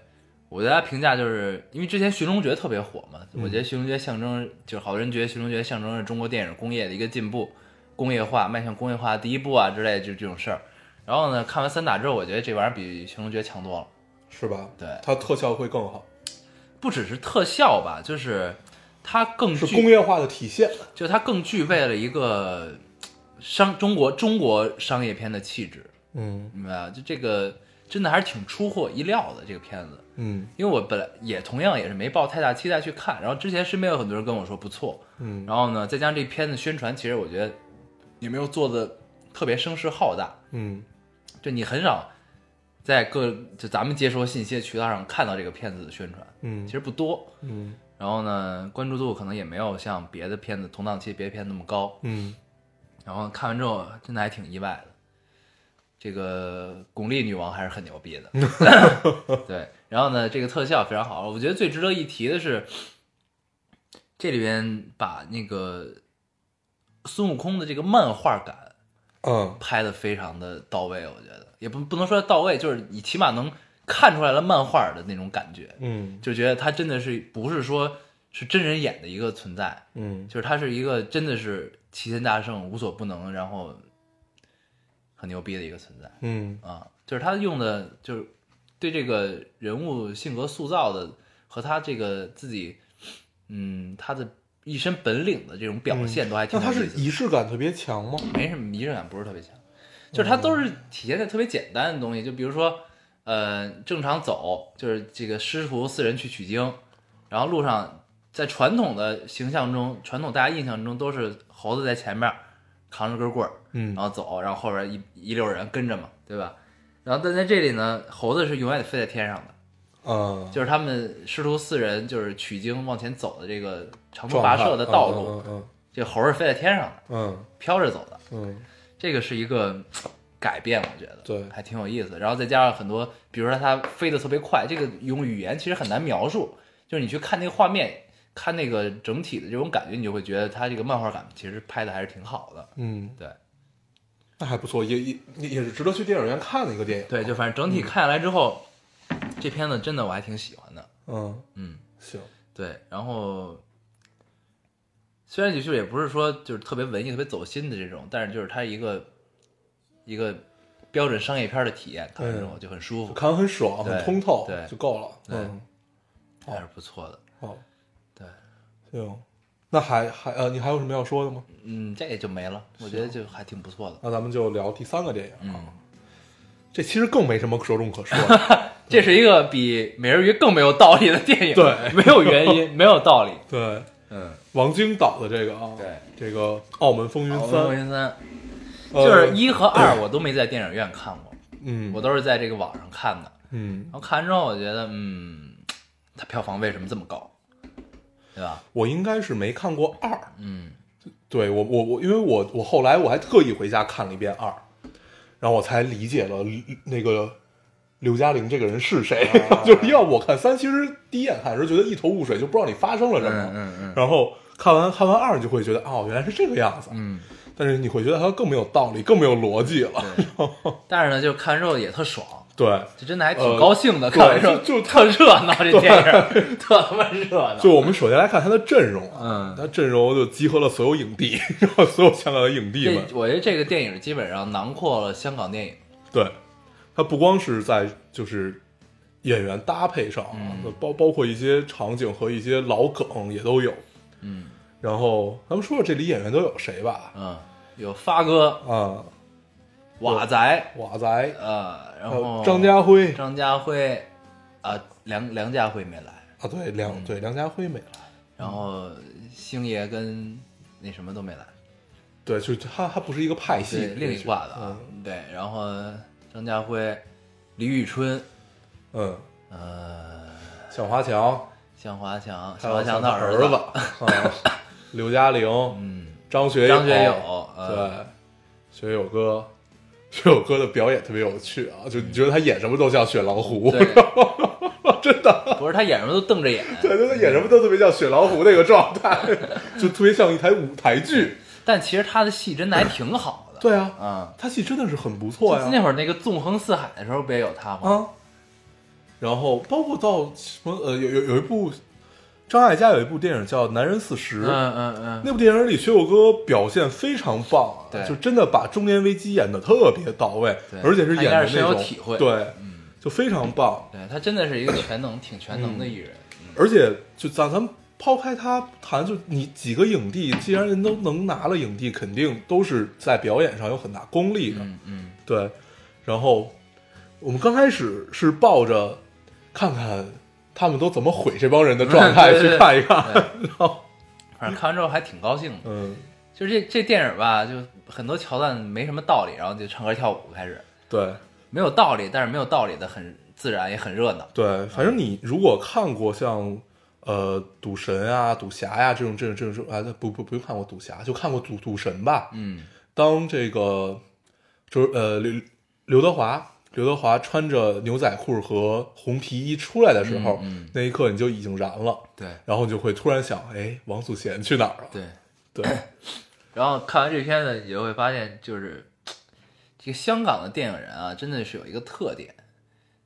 Speaker 3: 我对他评价，就是因为之前《寻龙诀》特别火嘛，我觉得《寻龙诀》象征，就是好多人觉得《寻龙诀》象征着中国电影工业的一个进步，工业化迈向工业化的第一步啊之类的就这种事儿。然后呢，看完三打之后，我觉得这玩意儿比《寻龙诀》强多了，
Speaker 2: 是吧？
Speaker 3: 对
Speaker 2: 它特效会更好，
Speaker 3: 不只是特效吧，就是它更
Speaker 2: 是
Speaker 3: 具
Speaker 2: 工业化的体现。
Speaker 3: 就它更具备了一个商中国中国商业片的气质，
Speaker 2: 嗯
Speaker 3: 明白吧？就这个真的还是挺出乎我意料的这个片子。
Speaker 2: 嗯
Speaker 3: 因为我本来也同样也是没抱太大期待去看，然后之前身边有很多人跟我说不错，
Speaker 2: 嗯
Speaker 3: 然后呢，再加上这片子宣传，其实我觉得也没有做的特别声势浩大，
Speaker 2: 嗯，
Speaker 3: 就你很少在各就咱们接收信息的渠道上看到这个片子的宣传，
Speaker 2: 嗯
Speaker 3: 其实不多。
Speaker 2: 嗯
Speaker 3: 然后呢，关注度可能也没有像别的片子同档期别的片子那么高。
Speaker 2: 嗯
Speaker 3: 然后看完之后，真的还挺意外的。这个巩俐女王还是很牛逼的， 对。然后呢，这个特效非常好，我觉得最值得一提的是，这里边把那个孙悟空的这个漫画感
Speaker 2: 嗯，
Speaker 3: 拍的非常的到位，我觉得也不不能说到位，就是你起码能看出来了漫画的那种感觉，
Speaker 2: 嗯
Speaker 3: 就觉得他真的是不是说是真人演的一个存在，
Speaker 2: 嗯
Speaker 3: 就是他是一个真的是齐天大圣、无所不能，然后很牛逼的一个存在
Speaker 2: 嗯
Speaker 3: 啊。就是他用的，就是对这个人物性格塑造的和他这个自己，嗯，他的一身本领的这种表现都还挺
Speaker 2: 那它
Speaker 3: 有
Speaker 2: 是
Speaker 3: 意思的。
Speaker 2: 仪式感特别强吗？
Speaker 3: 没什么仪式感，不是特别强，就是他都是体现在特别简单的东西，就比如说，呃，正常走，就是这个师徒四人去取经，然后路上在传统的形象中，传统大家印象中都是猴子在前面扛着根棍儿，
Speaker 2: 嗯
Speaker 3: 然后走，然后后边一一溜人跟着嘛，对吧？然后但在这里呢，猴子是永远得飞在天上的，
Speaker 2: 啊，
Speaker 3: 就是他们师徒四人就是取经往前走的这个长途
Speaker 2: 壮
Speaker 3: 跋
Speaker 2: 汉
Speaker 3: 涉的道路，
Speaker 2: 嗯
Speaker 3: 这猴儿是飞在天上的，
Speaker 2: 嗯
Speaker 3: 飘着走的。
Speaker 2: 嗯嗯
Speaker 3: 这个是一个改变，我觉得
Speaker 2: 对
Speaker 3: 还挺有意思。然后再加上很多，比如说它飞得特别快，这个用语言其实很难描述，就是你去看那个画面，看那个整体的这种感觉，你就会觉得它这个漫画感其实拍的还是挺好的。
Speaker 2: 嗯，
Speaker 3: 对，
Speaker 2: 那还不错，也也也也是值得去电影院看的一个电影。
Speaker 3: 对，就反正整体看下来之后，这片子真的我还挺喜欢的。
Speaker 2: 嗯，
Speaker 3: 嗯，
Speaker 2: 行，
Speaker 3: 对。然后虽然就是也不是说就是特别文艺、特别走心的这种，但是就是它一个一个标准商业片的体验，看完之后就很舒服，
Speaker 2: 看完很爽，很
Speaker 3: 对
Speaker 2: 通透，
Speaker 3: 对
Speaker 2: 就够了。
Speaker 3: 对
Speaker 2: 嗯，
Speaker 3: 还是不错的。
Speaker 2: 好，
Speaker 3: 对，
Speaker 2: 行，那还还呃，你还有什么要说的吗？
Speaker 3: 嗯，这也就没了，我觉得就还挺不错的。
Speaker 2: 那咱们就聊第三个电影啊，
Speaker 3: 嗯
Speaker 2: 这其实更没什么着重可说 的。
Speaker 3: 这是一个比美人鱼更没有道理的电影，
Speaker 2: 对
Speaker 3: 没有原因，没有道理。
Speaker 2: 对，
Speaker 3: 嗯，
Speaker 2: 王晶导的这个啊，
Speaker 3: 对，
Speaker 2: 这个《澳门风云
Speaker 3: 《
Speaker 2: 三
Speaker 3: 风》云三》
Speaker 2: 呃，
Speaker 3: 就是一和二我都没在电影院看过，
Speaker 2: 嗯，
Speaker 3: 我都是在这个网上看的。
Speaker 2: 嗯，
Speaker 3: 然后看完之后，我觉得，嗯，它票房为什么这么高，对吧？
Speaker 2: 我应该是没看过二，
Speaker 3: 嗯，
Speaker 2: 对我我我，因为我我后来我还特意回家看了一遍二，然后我才理解了那个刘嘉玲这个人是谁。
Speaker 3: 啊
Speaker 2: 就是要我看三，其实第一眼看的时候觉得一头雾水，就不知道你发生了什么。
Speaker 3: 嗯嗯
Speaker 2: 然后看完看完二，你就会觉得哦，原来是这个样子。
Speaker 3: 嗯，
Speaker 2: 但是你会觉得它更没有道理，更没有逻辑了。
Speaker 3: 对。但是呢，就是看完之后也特爽，
Speaker 2: 对，
Speaker 3: 就真的还挺高兴的。
Speaker 2: 呃
Speaker 3: 看完之后
Speaker 2: 对就就
Speaker 3: 特热闹，这电影 特他妈热闹。
Speaker 2: 就我们首先来看它的阵容
Speaker 3: 嗯，
Speaker 2: 啊它阵容就集合了所有影帝， 然后所有香港的影帝们
Speaker 3: 这。我觉得这个电影基本上囊括了香港电影。
Speaker 2: 对，它不光是在就是演员搭配上啊，
Speaker 3: 嗯
Speaker 2: 包、包括一些场景和一些老梗也都有。
Speaker 3: 嗯
Speaker 2: 然后咱们说说这里演员都有谁吧？
Speaker 3: 嗯，有发哥、
Speaker 2: 啊，
Speaker 3: 瓦仔，
Speaker 2: 瓦仔，
Speaker 3: 呃，然
Speaker 2: 还有
Speaker 3: 后
Speaker 2: 张家辉啊，
Speaker 3: 张家辉，啊、梁梁家辉没来，
Speaker 2: 啊对梁、
Speaker 3: 嗯
Speaker 2: 对梁家辉没来，
Speaker 3: 然后星爷跟那什么都没来，
Speaker 2: 对，就是他他不是一嗯个派系
Speaker 3: 对，，另一挂的啊，对，然后张家辉、李宇春，
Speaker 2: 嗯，
Speaker 3: 呃，
Speaker 2: 向华强，
Speaker 3: 向华强，
Speaker 2: 还
Speaker 3: 向
Speaker 2: 有
Speaker 3: 华强
Speaker 2: 他
Speaker 3: 儿
Speaker 2: 子，啊， 刘嘉玲，
Speaker 3: 嗯，
Speaker 2: 张学
Speaker 3: 张学友
Speaker 2: 友，对
Speaker 3: 呃，
Speaker 2: 学友哥，学友哥的表演特别有趣啊，就你觉得他演什么都像雪狼湖，
Speaker 3: 嗯对，
Speaker 2: 真的，
Speaker 3: 不是他演什么都瞪着眼，
Speaker 2: 对，对他演什么都特别像雪狼湖那个状态， 就特别像一台舞台剧。
Speaker 3: 但其实他的戏真的还挺好的，
Speaker 2: 对啊，
Speaker 3: 啊，
Speaker 2: 他戏真的是很不错
Speaker 3: 那
Speaker 2: 呀，
Speaker 3: 会儿那个纵横四海的时候不也有他吗？
Speaker 2: 啊，然后包括到什么呃，有有有一部张艾嘉有一部电影叫《男人四十》，
Speaker 3: 嗯嗯嗯，
Speaker 2: 那部电影里，学友哥表现非常棒啊，
Speaker 3: 对
Speaker 2: 就真的把中年危机演的特别到位
Speaker 3: 对，
Speaker 2: 而且是
Speaker 3: 他
Speaker 2: 演
Speaker 3: 应
Speaker 2: 的
Speaker 3: 该是
Speaker 2: 那种
Speaker 3: 深有体会嗯
Speaker 2: 对，就非常棒。
Speaker 3: 对他真的是一个全能，挺全能的艺人，嗯
Speaker 2: 而且就咱咱们抛开他不谈，就你几个影帝，既然人都能拿了影帝，肯定都是在表演上有很大功力的，
Speaker 3: 嗯嗯。
Speaker 2: 对。然后我们刚开始是抱着看看他们都怎么毁这帮人的状态
Speaker 3: 对对
Speaker 2: 去
Speaker 3: 对
Speaker 2: 看一看，
Speaker 3: 对
Speaker 2: 然后
Speaker 3: 反正看完之后还挺高兴的。
Speaker 2: 嗯，
Speaker 3: 就是这这电影吧，就很多桥段没什么道理，然后就唱歌跳舞开始，
Speaker 2: 对。
Speaker 3: 没有道理，但是没有道理的很自然也很热闹。
Speaker 2: 对，反正你如果看过像呃赌神啊、赌侠呀、这种这种这种这种啊，不不不用看过赌侠，就看过赌赌神吧。
Speaker 3: 嗯
Speaker 2: 当这个就是呃刘刘德华刘德华穿着牛仔裤和红皮衣出来的时候，
Speaker 3: 嗯嗯
Speaker 2: 那一刻你就已经燃了，
Speaker 3: 对
Speaker 2: 然后你就会突然想，哎，王祖贤去哪儿了？
Speaker 3: 对。
Speaker 2: 对，
Speaker 3: 然后看完这片子，你就会发现，就是这个香港的电影人啊，真的是有一个特点，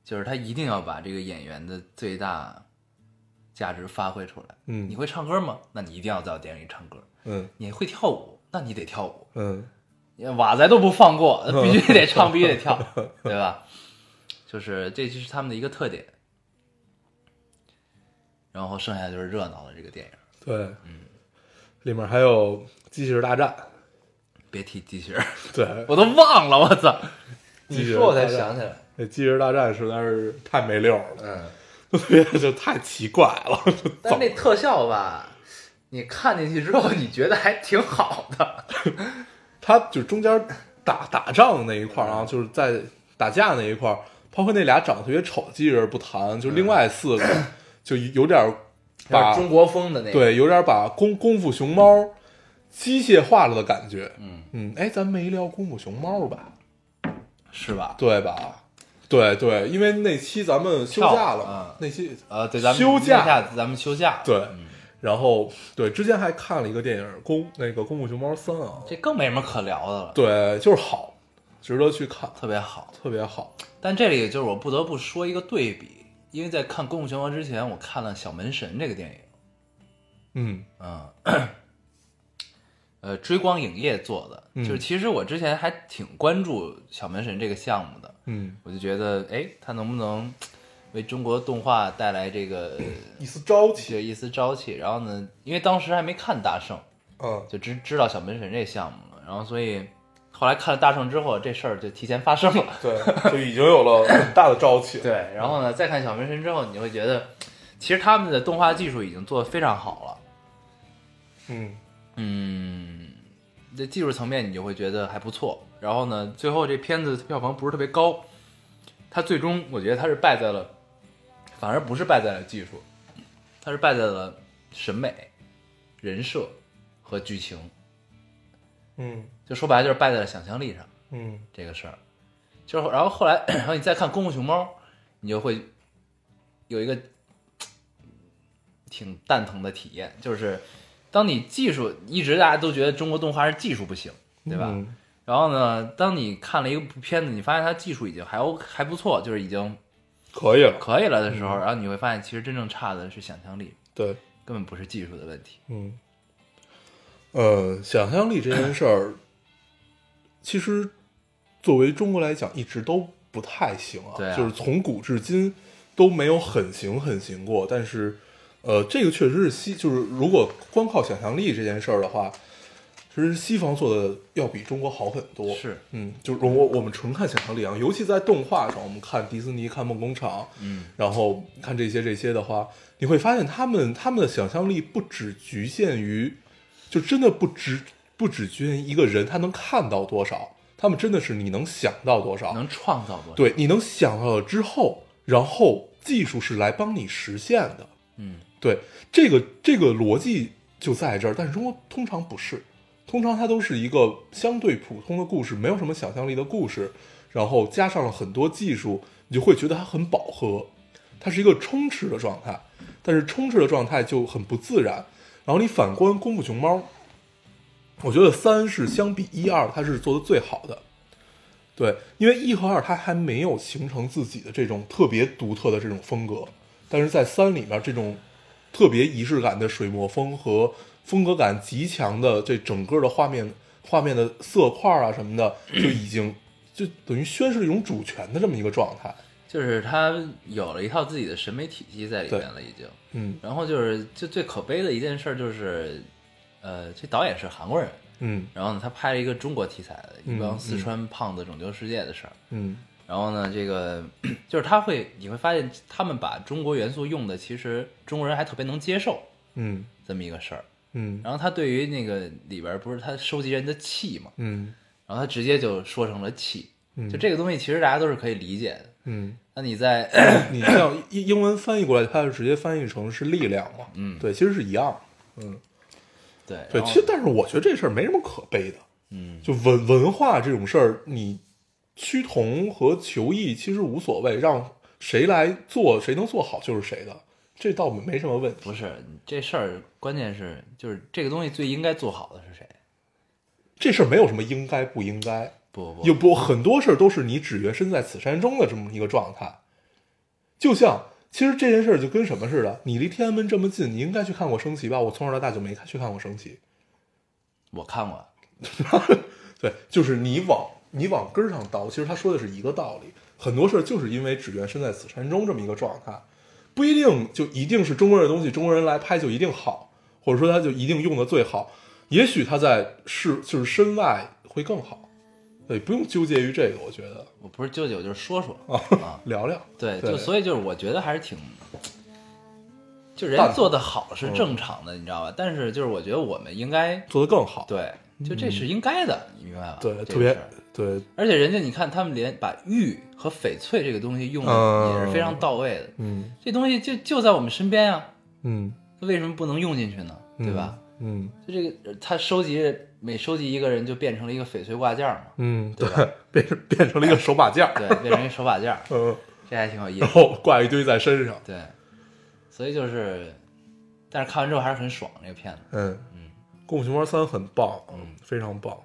Speaker 3: 就是他一定要把这个演员的最大价值发挥出来。
Speaker 2: 嗯
Speaker 3: 你会唱歌吗？那你一定要在电影里唱歌。
Speaker 2: 嗯
Speaker 3: 你会跳舞，那你得跳舞。
Speaker 2: 嗯，
Speaker 3: 瓦仔都不放过，必须得唱，必须得跳， 对吧？就是这就是他们的一个特点。然后剩下就是热闹的这个电影，
Speaker 2: 对，
Speaker 3: 嗯
Speaker 2: 里面还有机器人大战，
Speaker 3: 别提机器人，
Speaker 2: 对，
Speaker 3: 我都忘了，我操！你
Speaker 2: 机器人
Speaker 3: 说我才
Speaker 2: 大战
Speaker 3: 想起来，
Speaker 2: 那机器人大战实在是太没溜儿了。
Speaker 3: 嗯，
Speaker 2: 就太奇怪了。
Speaker 3: 但那特效吧，你看进去之后，你觉得还挺好的，
Speaker 2: 他就中间打打仗那一块
Speaker 3: 嗯
Speaker 2: 儿啊，就是在打架那一块儿，包括那俩长得特别丑的机器人不谈，就另外四个就有点儿
Speaker 3: 嗯
Speaker 2: 把
Speaker 3: 有点中国风的那个，
Speaker 2: 对有点儿把功功夫熊猫机械化了的感觉。嗯嗯，哎，咱没聊功夫熊猫吧？
Speaker 3: 是吧？
Speaker 2: 对吧？对对，因为那期咱们休假了嘛
Speaker 3: 跳，嗯
Speaker 2: 那期
Speaker 3: 呃，对，咱们
Speaker 2: 休假
Speaker 3: 那下子咱们休假，，
Speaker 2: 对。然后，对，之前还看了一个电影《功》，那个《功夫熊猫三》啊，
Speaker 3: 这更没什么可聊的了。
Speaker 2: 对，就是好，值得去看，
Speaker 3: 特别好。
Speaker 2: 特别好。
Speaker 3: 但这里就是我不得不说一个对比，因为在看《功夫熊猫》之前，我看了《小门神》这个电影，
Speaker 2: 嗯
Speaker 3: 嗯， 呃，追光影业做的，
Speaker 2: 嗯
Speaker 3: 就是其实我之前还挺关注《小门神》这个项目的，
Speaker 2: 嗯，
Speaker 3: 我就觉得，哎，它能不能为中国动画带来这个呃
Speaker 2: 一丝朝气。
Speaker 3: 这一丝朝气？然后呢，因为当时还没看大圣，
Speaker 2: 嗯
Speaker 3: 就知知道小门神这项目了，然后所以后来看了大圣之后，这事儿就提前发生了。
Speaker 2: 对，就已经有了很大的朝气。
Speaker 3: 对，然后呢，再看小门神之后，你会觉得，其实他们的动画技术已经做得非常好了。
Speaker 2: 嗯，
Speaker 3: 嗯，在技术层面你就会觉得还不错。然后呢，最后这片子票房不是特别高，它最终我觉得它是败在了，反而不是败在了技术，它是败在了审美、人设和剧情。
Speaker 2: 嗯
Speaker 3: 就说白了就是败在了想象力上
Speaker 2: 嗯
Speaker 3: 这个事儿。就是然后后来，然后你再看《功夫熊猫》，你就会有一个挺蛋疼的体验，就是当你技术一直大家都觉得中国动画是技术不行，对吧？
Speaker 2: 嗯
Speaker 3: 然后呢，当你看了一个部片子，你发现它技术已经还 O 还不错，就是已经
Speaker 2: 可以了。
Speaker 3: 可以了的时候，
Speaker 2: 嗯
Speaker 3: 然后你会发现其实真正差的是想象力，
Speaker 2: 对，
Speaker 3: 根本不是技术的问题。
Speaker 2: 嗯，呃，想象力这件事儿，其实作为中国来讲，一直都不太行啊，
Speaker 3: 对啊
Speaker 2: 就是从古至今都没有很行很行过。但是，呃，这个确实是西，就是如果光靠想象力这件事儿的话，其实西方做的要比中国好很多。
Speaker 3: 是，
Speaker 2: 嗯，就是我我们纯看想象力啊，尤其在动画上，我们看迪士尼、看梦工厂，
Speaker 3: 嗯，
Speaker 2: 然后看这些这些的话，你会发现他们他们的想象力不只局限于，就真的不只不只局限于一个人他能看到多少，他们真的是你能想到多少，
Speaker 3: 能创造多少？，
Speaker 2: 哦对，你能想到了之后，然后技术是来帮你实现的，
Speaker 3: 嗯，
Speaker 2: 对，这个这个逻辑就在这儿，但是中国通常不是，通常它都是一个相对普通的故事，没有什么想象力的故事，然后加上了很多技术，你就会觉得它很饱和，它是一个充斥的状态，但是充斥的状态就很不自然。然后你反观《功夫熊猫》，我觉得三是相比一二，它是做的最好的。对，因为一和二它还没有形成自己的这种特别独特的这种风格，但是在三里面这种特别仪式感的水墨风和风格感极强的这整个的画面画面的色块啊什么的，就已经就等于宣示了一种主权的这么一个状态。
Speaker 3: 就是他有了一套自己的审美体系在里面了，已经。
Speaker 2: 嗯
Speaker 3: 然后就是，就最可悲的一件事就是，呃，这导演是韩国人，
Speaker 2: 嗯
Speaker 3: 然后呢，他拍了一个中国题材的，
Speaker 2: 嗯
Speaker 3: 一帮四川胖子拯救世界的事儿。
Speaker 2: 嗯
Speaker 3: 然后呢，这个就是他会，你会发现他们把中国元素用的，其实中国人还特别能接受
Speaker 2: 嗯
Speaker 3: 这么一个事儿。
Speaker 2: 嗯
Speaker 3: 然后他对于那个里边儿不是他收集人的气嘛，
Speaker 2: 嗯
Speaker 3: 然后他直接就说成了气，
Speaker 2: 嗯
Speaker 3: 就这个东西其实大家都是可以理解的。
Speaker 2: 嗯，
Speaker 3: 那你在
Speaker 2: 你像英英文翻译过来，它就直接翻译成是力量嘛。
Speaker 3: 嗯
Speaker 2: 对，其实是一样的。
Speaker 3: 对
Speaker 2: 对，
Speaker 3: 然后
Speaker 2: 其实但是我觉得这事儿没什么可悲的。
Speaker 3: 嗯
Speaker 2: 就文文化这种事儿，你趋同和求异其实无所谓，让谁来做，谁能做好就是谁的，这倒没什么问题。
Speaker 3: 不是这事儿，关键是就是这个东西最应该做好的是谁？
Speaker 2: 这事儿没有什么应该不应该，
Speaker 3: 不不
Speaker 2: 有不很多事儿都是你只缘身在此山中的这么一个状态。就像其实这件事儿就跟什么似的，你离天安门这么近，你应该去看过升旗吧？我从小到大就没看去看过升旗。
Speaker 3: 我看过，
Speaker 2: 对，就是你往你往根儿上倒，其实他说的是一个道理。很多事儿就是因为只缘身在此山中这么一个状态，不一定就一定是中国人的东西，中国人来拍就一定好，或者说他就一定用的最好。也许他在是就是身外会更好，对，不用纠结于这个，我觉得
Speaker 3: 我不是纠结，我就是说说 啊。
Speaker 2: 聊聊，
Speaker 3: 对，
Speaker 2: 哦对
Speaker 3: 就所以就是我觉得还是挺，就人
Speaker 2: 淡
Speaker 3: 家
Speaker 2: 定
Speaker 3: 做的好
Speaker 2: 嗯
Speaker 3: 是正常的，你知道吧？但是就是我觉得我们应该
Speaker 2: 做得更好，
Speaker 3: 对，就这是应该的，你明白吧？
Speaker 2: 嗯对，
Speaker 3: 这个
Speaker 2: 特别
Speaker 3: 事儿
Speaker 2: 对，
Speaker 3: 而且人家你看，他们连把玉和翡翠这个东西用的
Speaker 2: 嗯
Speaker 3: 也是非常到位的，
Speaker 2: 嗯
Speaker 3: 这东西就就在我们身边呀，
Speaker 2: 嗯，
Speaker 3: 为什么不能用进去呢？
Speaker 2: 嗯
Speaker 3: 对吧？？
Speaker 2: 嗯
Speaker 3: 就这个，他收集每收集一个人，就变成了一个翡翠挂件嘛，
Speaker 2: 嗯，
Speaker 3: 对
Speaker 2: 对
Speaker 3: 吧，
Speaker 2: 变成变成了一个手把件儿，
Speaker 3: 对， 变成一手把件儿，
Speaker 2: 嗯，
Speaker 3: 这还挺有意
Speaker 2: 然
Speaker 3: 思。
Speaker 2: 后挂一堆在身上，
Speaker 3: 对，所以就是，但是看完之后还是很爽这个片子。
Speaker 2: 嗯，《
Speaker 3: 嗯
Speaker 2: 功夫熊猫三》很棒，
Speaker 3: 嗯，
Speaker 2: 非常棒。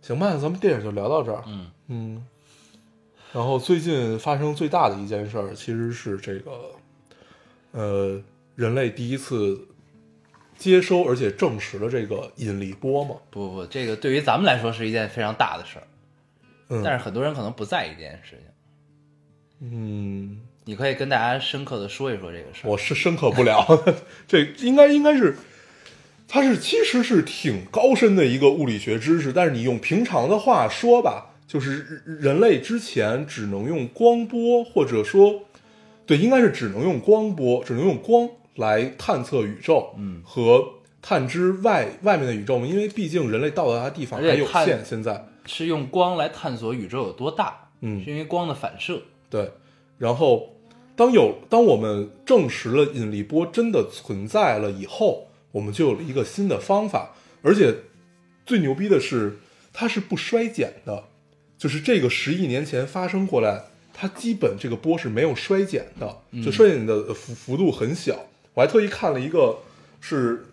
Speaker 2: 行吧，咱们电影就聊到这儿。
Speaker 3: 嗯
Speaker 2: 嗯，然后最近发生最大的一件事儿，其实是这个，呃，人类第一次接收而且证实了这个引力波嘛。
Speaker 3: 不不，这个对于咱们来说是一件非常大的事儿，
Speaker 2: 嗯，
Speaker 3: 但是很多人可能不在意这件事情。
Speaker 2: 嗯，
Speaker 3: 你可以跟大家深刻的说一说这个事儿。
Speaker 2: 我是深刻不了， 这应该应该是，它是其实是挺高深的一个物理学知识，但是你用平常的话说吧，就是人类之前只能用光波，或者说，对，应该是只能用光波，只能用光来探测宇宙，
Speaker 3: 嗯
Speaker 2: 和探知外外面的宇宙嘛，因为毕竟人类到达的地方
Speaker 3: 而
Speaker 2: 还
Speaker 3: 且
Speaker 2: 有
Speaker 3: 探
Speaker 2: 限，现在，
Speaker 3: 是用光来探索宇宙有多大，
Speaker 2: 嗯
Speaker 3: 是因为光的反射。
Speaker 2: 对，然后当有当我们证实了引力波真的存在了以后，我们就有了一个新的方法，而且最牛逼的是它是不衰减的，就是这个十亿年前发生过来，它基本这个波是没有衰减的，就衰减的幅幅度很小。我还特意看了一个是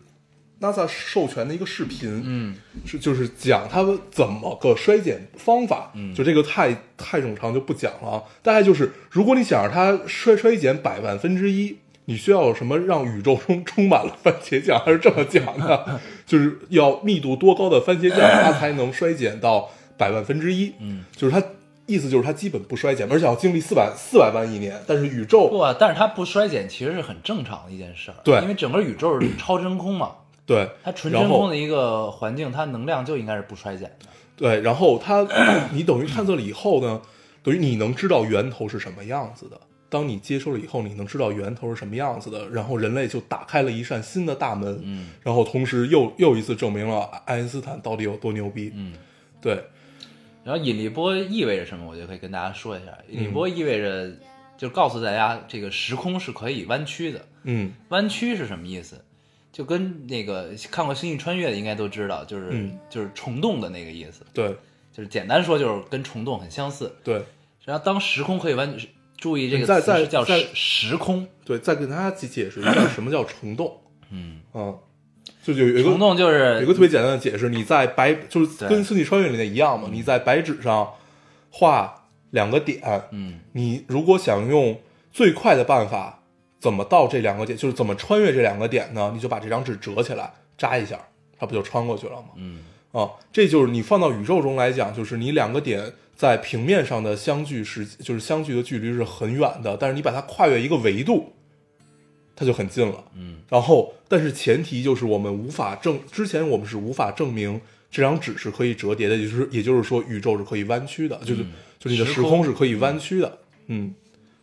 Speaker 2: NASA 授权的一个视频，
Speaker 3: 嗯，
Speaker 2: 是就是讲他们怎么个衰减方法，
Speaker 3: 嗯
Speaker 2: 就这个太太冗长就不讲了啊。大概就是，如果你想让它衰衰减百万分之一，你需要什么让宇宙中 充满了番茄酱？它是这么讲 的，就是要密度多高的番茄酱，它才能衰减到百万分之一。
Speaker 3: 嗯，
Speaker 2: 就是它意思就是它基本不衰减，而且要经历四百四百万亿年，但是宇宙
Speaker 3: 不啊，但是它不衰减其实是很正常的一件事儿。
Speaker 2: 对
Speaker 3: 因为整个宇宙是超真空嘛，
Speaker 2: 对
Speaker 3: 它纯
Speaker 2: 然
Speaker 3: 真
Speaker 2: 后
Speaker 3: 空的一个环境，它能量就应该是不衰减的。
Speaker 2: 对，然后它你等于探测了以后呢，等于你能知道源头是什么样子的。当你接收了以后，你能知道源头是什么样子的，然后人类就打开了一扇新的大门，
Speaker 3: 嗯
Speaker 2: 然后同时又又一次证明了爱因斯坦到底有多牛逼。
Speaker 3: 嗯。
Speaker 2: 对，
Speaker 3: 然后引力波意味着什么，我就可以跟大家说一下。
Speaker 2: 嗯
Speaker 3: 引力波意味着，就告诉大家这个时空是可以弯曲的。
Speaker 2: 嗯
Speaker 3: 弯曲是什么意思？就跟那个看过《星际穿越》的应该都知道，就是、
Speaker 2: 嗯
Speaker 3: 就是虫洞的那个意思，
Speaker 2: 对
Speaker 3: 就是简单说就是跟虫洞很相似。
Speaker 2: 对
Speaker 3: 然后当时空可以弯，注意这
Speaker 2: 你再
Speaker 3: 个词
Speaker 2: 再
Speaker 3: 是叫
Speaker 2: 再
Speaker 3: 时时空。
Speaker 2: 对，再给大家解解释一下什么叫虫洞
Speaker 3: 嗯，
Speaker 2: 啊、就有一个
Speaker 3: 虫洞就
Speaker 2: 有
Speaker 3: 是
Speaker 2: 一个特别简单的解释，你在白就是
Speaker 3: 对
Speaker 2: 跟《星际穿越》里的一样嘛，你在白纸上画两个点，
Speaker 3: 嗯
Speaker 2: 你如果想用最快的办法，怎么到这两个点，就是怎么穿越这两个点呢？你就把这张纸折起来，扎一下，它不就穿过去了吗？
Speaker 3: 嗯
Speaker 2: 啊，这就是你放到宇宙中来讲，就是你两个点在平面上的相距是，就是相距的距离是很远的，但是你把它跨越一个维度，它就很近了。
Speaker 3: 嗯
Speaker 2: 然后，但是前提就是我们无法证，之前我们是无法证明这张纸是可以折叠的，也就是也就是说宇宙是可以弯曲的，就是、
Speaker 3: 嗯
Speaker 2: 就是你的时
Speaker 3: 时空
Speaker 2: 空是可以弯曲的，嗯。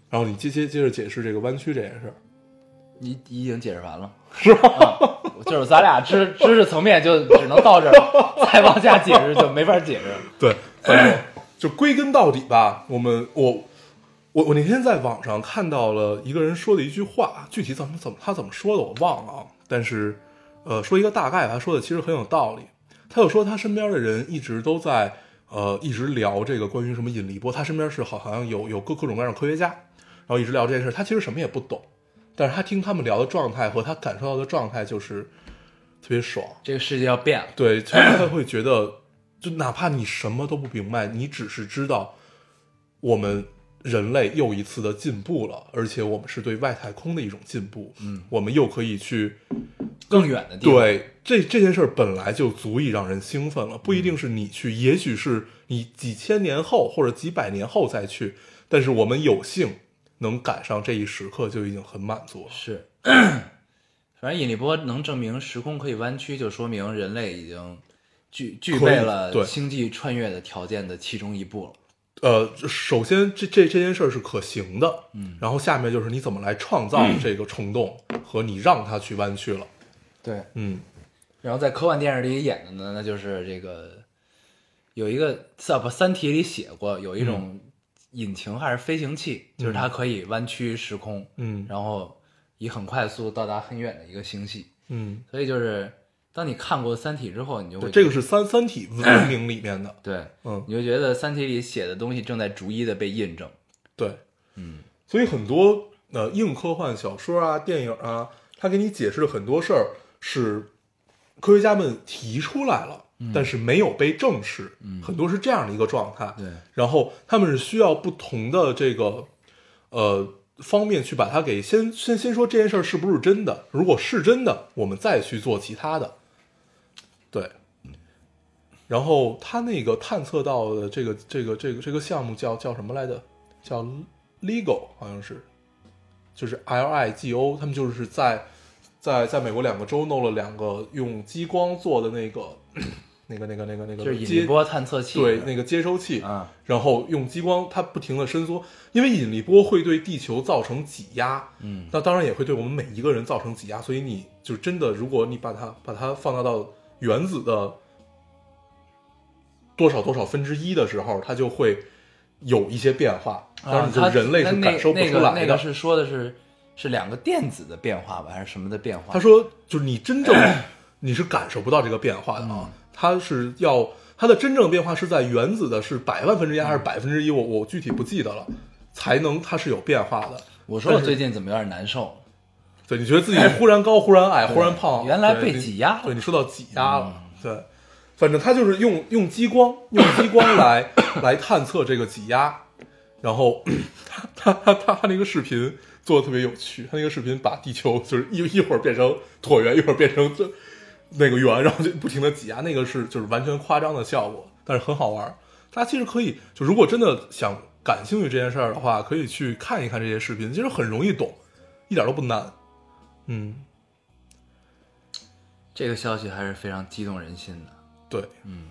Speaker 2: 然后你接接接着解释这个弯曲这件事儿，
Speaker 3: 你你已经解释完了，是吧？就是咱俩知知识层面就只能到这儿了，再往下解释就没法解释了。
Speaker 2: 对，反正就归根到底吧，我们我我我那天在网上看到了一个人说的一句话，具体怎么怎么他怎么说的我忘了啊，但是呃说一个大概吧，他说的其实很有道理。他就说他身边的人一直都在呃一直聊这个关于什么引力波，他身边是好好像有有各各种各样的科学家，然后一直聊这件事，他其实什么也不懂，但是他听他们聊的状态和他感受到的状态就是特别爽。
Speaker 3: 这个世界要变了，
Speaker 2: 对，所以他会觉得，就哪怕你什么都不明白，你只是知道我们人类又一次的进步了，而且我们是对外太空的一种进步。嗯，我们又可以去
Speaker 3: 更远的地方。
Speaker 2: 对这这件事儿本来就足以让人兴奋了，不一定是你去，也许是你几千年后或者几百年后再去，但是我们有幸能赶上这一时刻，就已经很满足了。
Speaker 3: 是， 反正引力波能证明时空可以弯曲，就说明人类已经具具
Speaker 2: 可以
Speaker 3: 备了
Speaker 2: 对
Speaker 3: 星际穿越的条件的其中一步了。
Speaker 2: 呃，首先这这这件事儿是可行的，嗯，然后下面就是你怎么来创造这个冲动和你让它去弯曲了，
Speaker 3: 对，
Speaker 2: 嗯
Speaker 3: 然后在科幻电影里演的呢，那就是这个有一个在不《三体》里写过，有一种引擎还是飞行器，就是它可以弯曲时空，
Speaker 2: 嗯
Speaker 3: 然后以很快速到达很远的一个星系。
Speaker 2: 嗯，
Speaker 3: 所以就是当你看过《三体》之后，你就会
Speaker 2: 对，这个
Speaker 3: 觉
Speaker 2: 是三三体 文明里面的，
Speaker 3: 得对，
Speaker 2: 嗯
Speaker 3: 你就觉得《三体》里写的东西正在逐一的被印证。
Speaker 2: 对，
Speaker 3: 嗯，
Speaker 2: 所以很多呃硬科幻小说啊、电影啊，它给你解释了很多事儿是科学家们提出来了，但是没有被正视，很多是这样的一个状态。
Speaker 3: 对，
Speaker 2: 然后他们是需要不同的这个呃方面去把它给先先先说这件事儿是不是真的，如果是真的，我们再去做其他的。对，然后他那个探测到的这个这个这个这个项目叫叫什么来着？叫 LIGO 好像是，就是 L I G O，他们就是在在在美国两个州弄了两个用激光做的那个那个那个那个那个
Speaker 3: 就是引
Speaker 2: 接
Speaker 3: 力波探测器，
Speaker 2: 对那个接收器，
Speaker 3: 啊，
Speaker 2: 然后用激光它不停的伸缩，因为引力波会对地球造成挤压，
Speaker 3: 嗯，
Speaker 2: 那当然也会对我们每一个人造成挤压，所以你就真的，如果你把它把它放大到原子的多少多少分之一的时候，它就会有一些变化，当然
Speaker 3: 啊
Speaker 2: 你就
Speaker 3: 它
Speaker 2: 人类是
Speaker 3: 那
Speaker 2: 感受不
Speaker 3: 那
Speaker 2: 出
Speaker 3: 个
Speaker 2: 来
Speaker 3: 那个
Speaker 2: 的。
Speaker 3: 是说的是是两个电子的变化吧，还是什么的变化？
Speaker 2: 他说，就是你真正 你是感受不到这个变化的啊
Speaker 3: 嗯，
Speaker 2: 它是要它的真正变化是在原子的是百万分之一还是百分之一，我我具体不记得了，才能它是有变化的。
Speaker 3: 我说我
Speaker 2: 但是
Speaker 3: 最近怎么有点难受？
Speaker 2: 对，你觉得自己忽然高、忽然 矮、忽然胖，
Speaker 3: 原来
Speaker 2: 对
Speaker 3: 被
Speaker 2: 你
Speaker 3: 挤压了嗯
Speaker 2: 对你受到挤压了，对，反正他就是用用激光，用激 光来来探测这个挤压，然后他他他他他那个视频做的特别有趣，他那个视频把地球就是一一会儿变成椭圆，一会儿变成这那个圆，然后就不停的挤压，那个是就是完全夸张的效果，但是很好玩儿。大家其实可以，就如果真的想感兴趣这件事儿的话，可以去看一看这些视频，其实很容易懂，一点都不难。嗯，
Speaker 3: 这个消息还是非常激动人心的。
Speaker 2: 对，
Speaker 3: 嗯，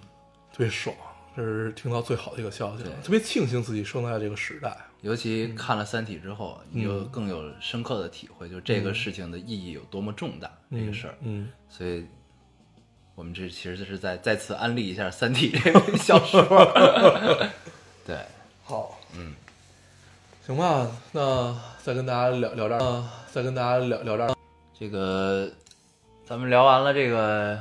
Speaker 2: 特别爽，这是听到最好的一个消息了
Speaker 3: 对，
Speaker 2: 特别庆幸自己生在这个时代。
Speaker 3: 尤其看了《三体》之后，你就
Speaker 2: 嗯
Speaker 3: 更有深刻的体会，就这个事情的意义有多么重大，这个事儿。
Speaker 2: 嗯，
Speaker 3: 所以，我们这其实是在再次安利一下《三体》 这 个小说。 对，
Speaker 2: 好，嗯，行吧，那再跟大家聊聊这儿，那再跟大家聊聊这儿。
Speaker 3: 这个咱们聊完了这个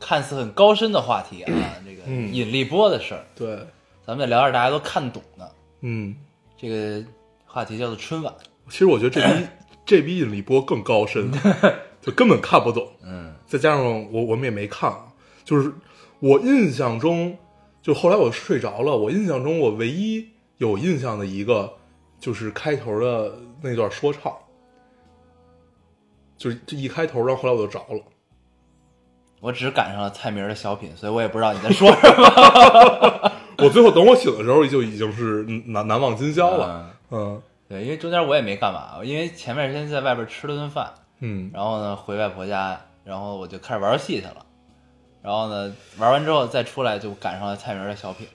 Speaker 3: 看似很高深的话题啊，这个
Speaker 2: 嗯
Speaker 3: 引力波的事儿，
Speaker 2: 对，
Speaker 3: 咱们再聊点大家都看懂的。
Speaker 2: 嗯，
Speaker 3: 这个话题叫做春晚，
Speaker 2: 其实我觉得这逼这逼引力波更高深，就根本看不懂。
Speaker 3: 嗯
Speaker 2: 再加上我我们也没看，就是我印象中，就后来我睡着了，我印象中我唯一有印象的一个就是开头的那段说唱，就是这一开头，然后后来我就着了。
Speaker 3: 我只赶上了蔡明的小品，所以我也不知道你在说什么。
Speaker 2: 我最后等我醒的时候，就已经是难难忘今宵了。嗯
Speaker 3: 对，因为中间我也没干嘛，因为前面先在外边吃了顿饭，
Speaker 2: 嗯
Speaker 3: 然后呢回外婆家，然后我就开始玩游戏去了，然后呢玩完之后再出来就赶上了蔡明的小品，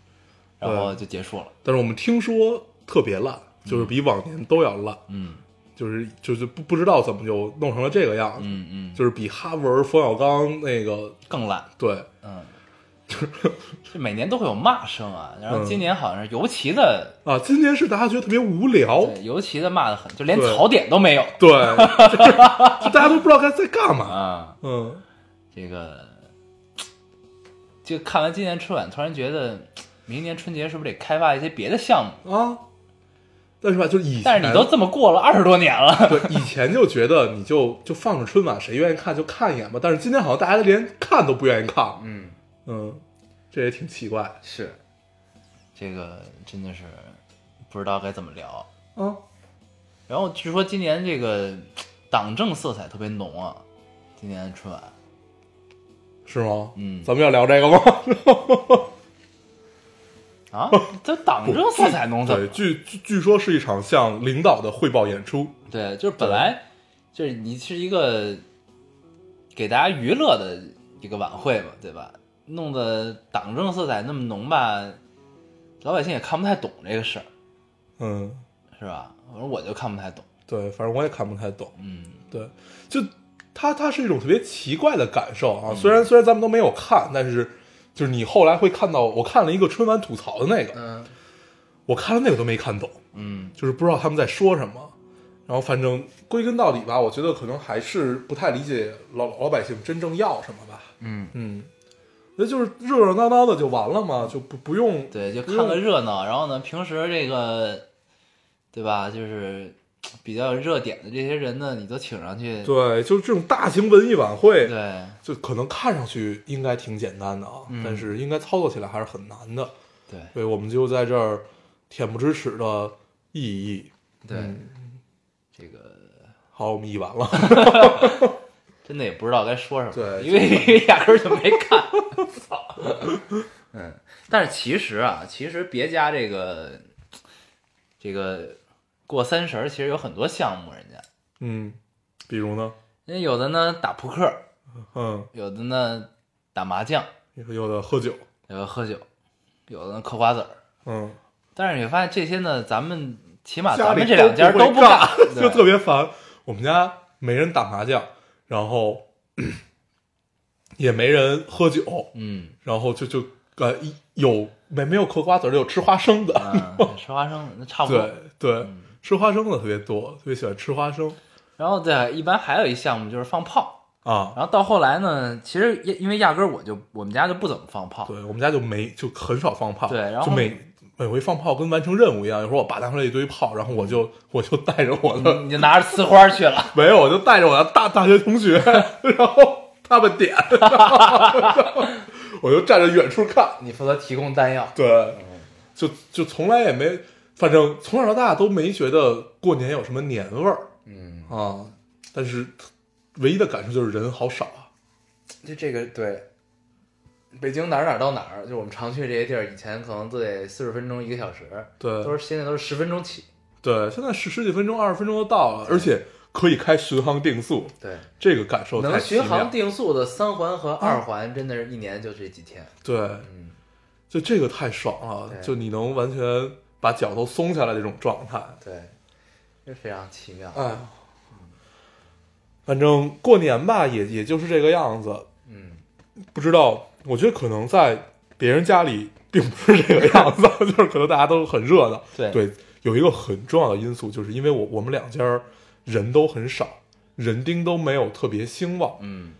Speaker 3: 然后就结束了。
Speaker 2: 但是我们听说特别烂，就是比往年都要烂，
Speaker 3: 嗯
Speaker 2: 就是就是不不知道怎么就弄成了这个样子，
Speaker 3: 嗯嗯，
Speaker 2: 就是比哈文、冯小刚那个
Speaker 3: 更烂。
Speaker 2: 对。
Speaker 3: 嗯， 这每年都会有骂声啊，然后今年好像是尤其的，
Speaker 2: 啊，今年是大家觉得特别无聊，
Speaker 3: 对，尤其的骂的很，就连
Speaker 2: 对
Speaker 3: 槽点都没有
Speaker 2: 对，就是就大家都不知道该在干 嘛。
Speaker 3: 啊。
Speaker 2: 嗯
Speaker 3: 这个，就看完今年春晚，突然觉得明年春节是不是得开发一些别的项目？
Speaker 2: 啊，但是吧，就是以前，
Speaker 3: 但是你都这么过了二十多年了，
Speaker 2: 对以前就觉得你就就放着春晚，谁愿意看就看一眼吧。但是今天好像大家连看都不愿意看，
Speaker 3: 嗯，
Speaker 2: 嗯，这也挺奇怪
Speaker 3: 是，这个真的是不知道该怎么聊。
Speaker 2: 啊。
Speaker 3: 然后据说今年这个党政色彩特别浓啊，今年春晚，
Speaker 2: 是吗？
Speaker 3: 嗯
Speaker 2: 咱们要聊这个吗？
Speaker 3: 啊，这党政色彩浓怎么
Speaker 2: 对，？据据据说是一场向领导的汇报演出。
Speaker 3: 对，就是本来就是你是一个给大家娱乐的一个晚会嘛，对吧？弄得党政色彩那么浓吧，老百姓也看不太懂这个事儿，
Speaker 2: 嗯，
Speaker 3: 是吧？反正我就看不太懂。
Speaker 2: 对，反正我也看不太懂。
Speaker 3: 嗯，
Speaker 2: 对，就它它是一种特别奇怪的感受啊。
Speaker 3: 嗯
Speaker 2: 虽然虽然咱们都没有看，但是就是你后来会看到，我看了一个春晚吐槽的那个，
Speaker 3: 嗯
Speaker 2: 我看了那个都没看懂，
Speaker 3: 嗯
Speaker 2: 就是不知道他们在说什么。然后反正归根到底吧，我觉得可能还是不太理解老老百姓真正要什么吧。
Speaker 3: 嗯，
Speaker 2: 嗯，那就是热热闹闹的就完了嘛，就不不用
Speaker 3: 对，就看个热闹。然后呢，平时这个对吧，就是比较有热点的这些人呢，你都请上去，
Speaker 2: 对，就是这种大型文艺晚会，
Speaker 3: 对
Speaker 2: 就可能看上去应该挺简单的啊，
Speaker 3: 嗯
Speaker 2: 但是应该操作起来还是很难的。
Speaker 3: 对
Speaker 2: 对，我们就在这儿恬不知耻的意义。
Speaker 3: 对，这个
Speaker 2: 好，我们意完了。
Speaker 3: 真的也不知道该说什么，
Speaker 2: 对
Speaker 3: 因为因为 压根儿就没看，操，嗯，但是其实啊，其实别加这个这个过三十儿，其实有很多项目，人家
Speaker 2: 嗯，比如呢，
Speaker 3: 人家有的呢打扑克，
Speaker 2: 嗯，
Speaker 3: 有的呢打麻将，
Speaker 2: 有的喝酒，
Speaker 3: 有的喝酒，有的呢嗑瓜子儿，
Speaker 2: 嗯，
Speaker 3: 但是你发现这些呢，咱们起码
Speaker 2: 家
Speaker 3: 咱
Speaker 2: 里
Speaker 3: 们这两家
Speaker 2: 都
Speaker 3: 都
Speaker 2: 不
Speaker 3: 不
Speaker 2: 会
Speaker 3: 干
Speaker 2: 干，
Speaker 3: 对
Speaker 2: 就特别烦。我们家没人打麻将，然后 也没人喝酒，
Speaker 3: 嗯
Speaker 2: 然后就就呃一有没没有嗑瓜子儿的，有吃花生的，
Speaker 3: 啊，吃花生那差不多嗯
Speaker 2: 对。对，吃花生的特别多，特别喜欢吃花生
Speaker 3: 然后对，一般还有一项目就是放炮。
Speaker 2: 啊。
Speaker 3: 然后到后来呢，其实因因为压根儿我就我们家就不怎么放炮，
Speaker 2: 对我们家就没就很少放炮，
Speaker 3: 对然后
Speaker 2: 就每每回放炮跟完成任务一样，有时候我爸拿出来一堆炮，然后我
Speaker 3: 嗯
Speaker 2: 就我就带着我的、
Speaker 3: 你 你就拿着呲花去了。
Speaker 2: 没有，我就带着我的大大学同 学，然后他们点，然后我就站着远处看。
Speaker 3: 你负责提供弹药，
Speaker 2: 对，
Speaker 3: 嗯
Speaker 2: 就就从来也没，反正从小到大都没觉得过年有什么年味儿
Speaker 3: 嗯，
Speaker 2: 啊。但是唯一的感受就是人好少啊。
Speaker 3: 就这个对。北京哪儿哪儿到哪儿，就我们常去这些地儿，以前可能都得四十分钟一个小时，
Speaker 2: 对
Speaker 3: 都是现在都是十分钟起。
Speaker 2: 对，现在十十几分钟、二十分钟就到了，而且可以开巡航定速，
Speaker 3: 对，
Speaker 2: 这个感受
Speaker 3: 能
Speaker 2: 太奇
Speaker 3: 巡航
Speaker 2: 妙。
Speaker 3: 定速的三环和二环，真的是一年就这几天。
Speaker 2: 对，
Speaker 3: 嗯，
Speaker 2: 就这个太爽了，
Speaker 3: 对
Speaker 2: 就你能完全把脚都松下来这种状态。
Speaker 3: 对，这非常奇妙。
Speaker 2: 哎，反正过年吧，也也就是这个样子。
Speaker 3: 嗯，
Speaker 2: 不知道，我觉得可能在别人家里并不是这个样子， 就是可能大家都很热闹。
Speaker 3: 对
Speaker 2: 对，有一个很重要的因素，就是因为我我们两家儿人都很少，人丁都没有特别兴旺。
Speaker 3: 嗯，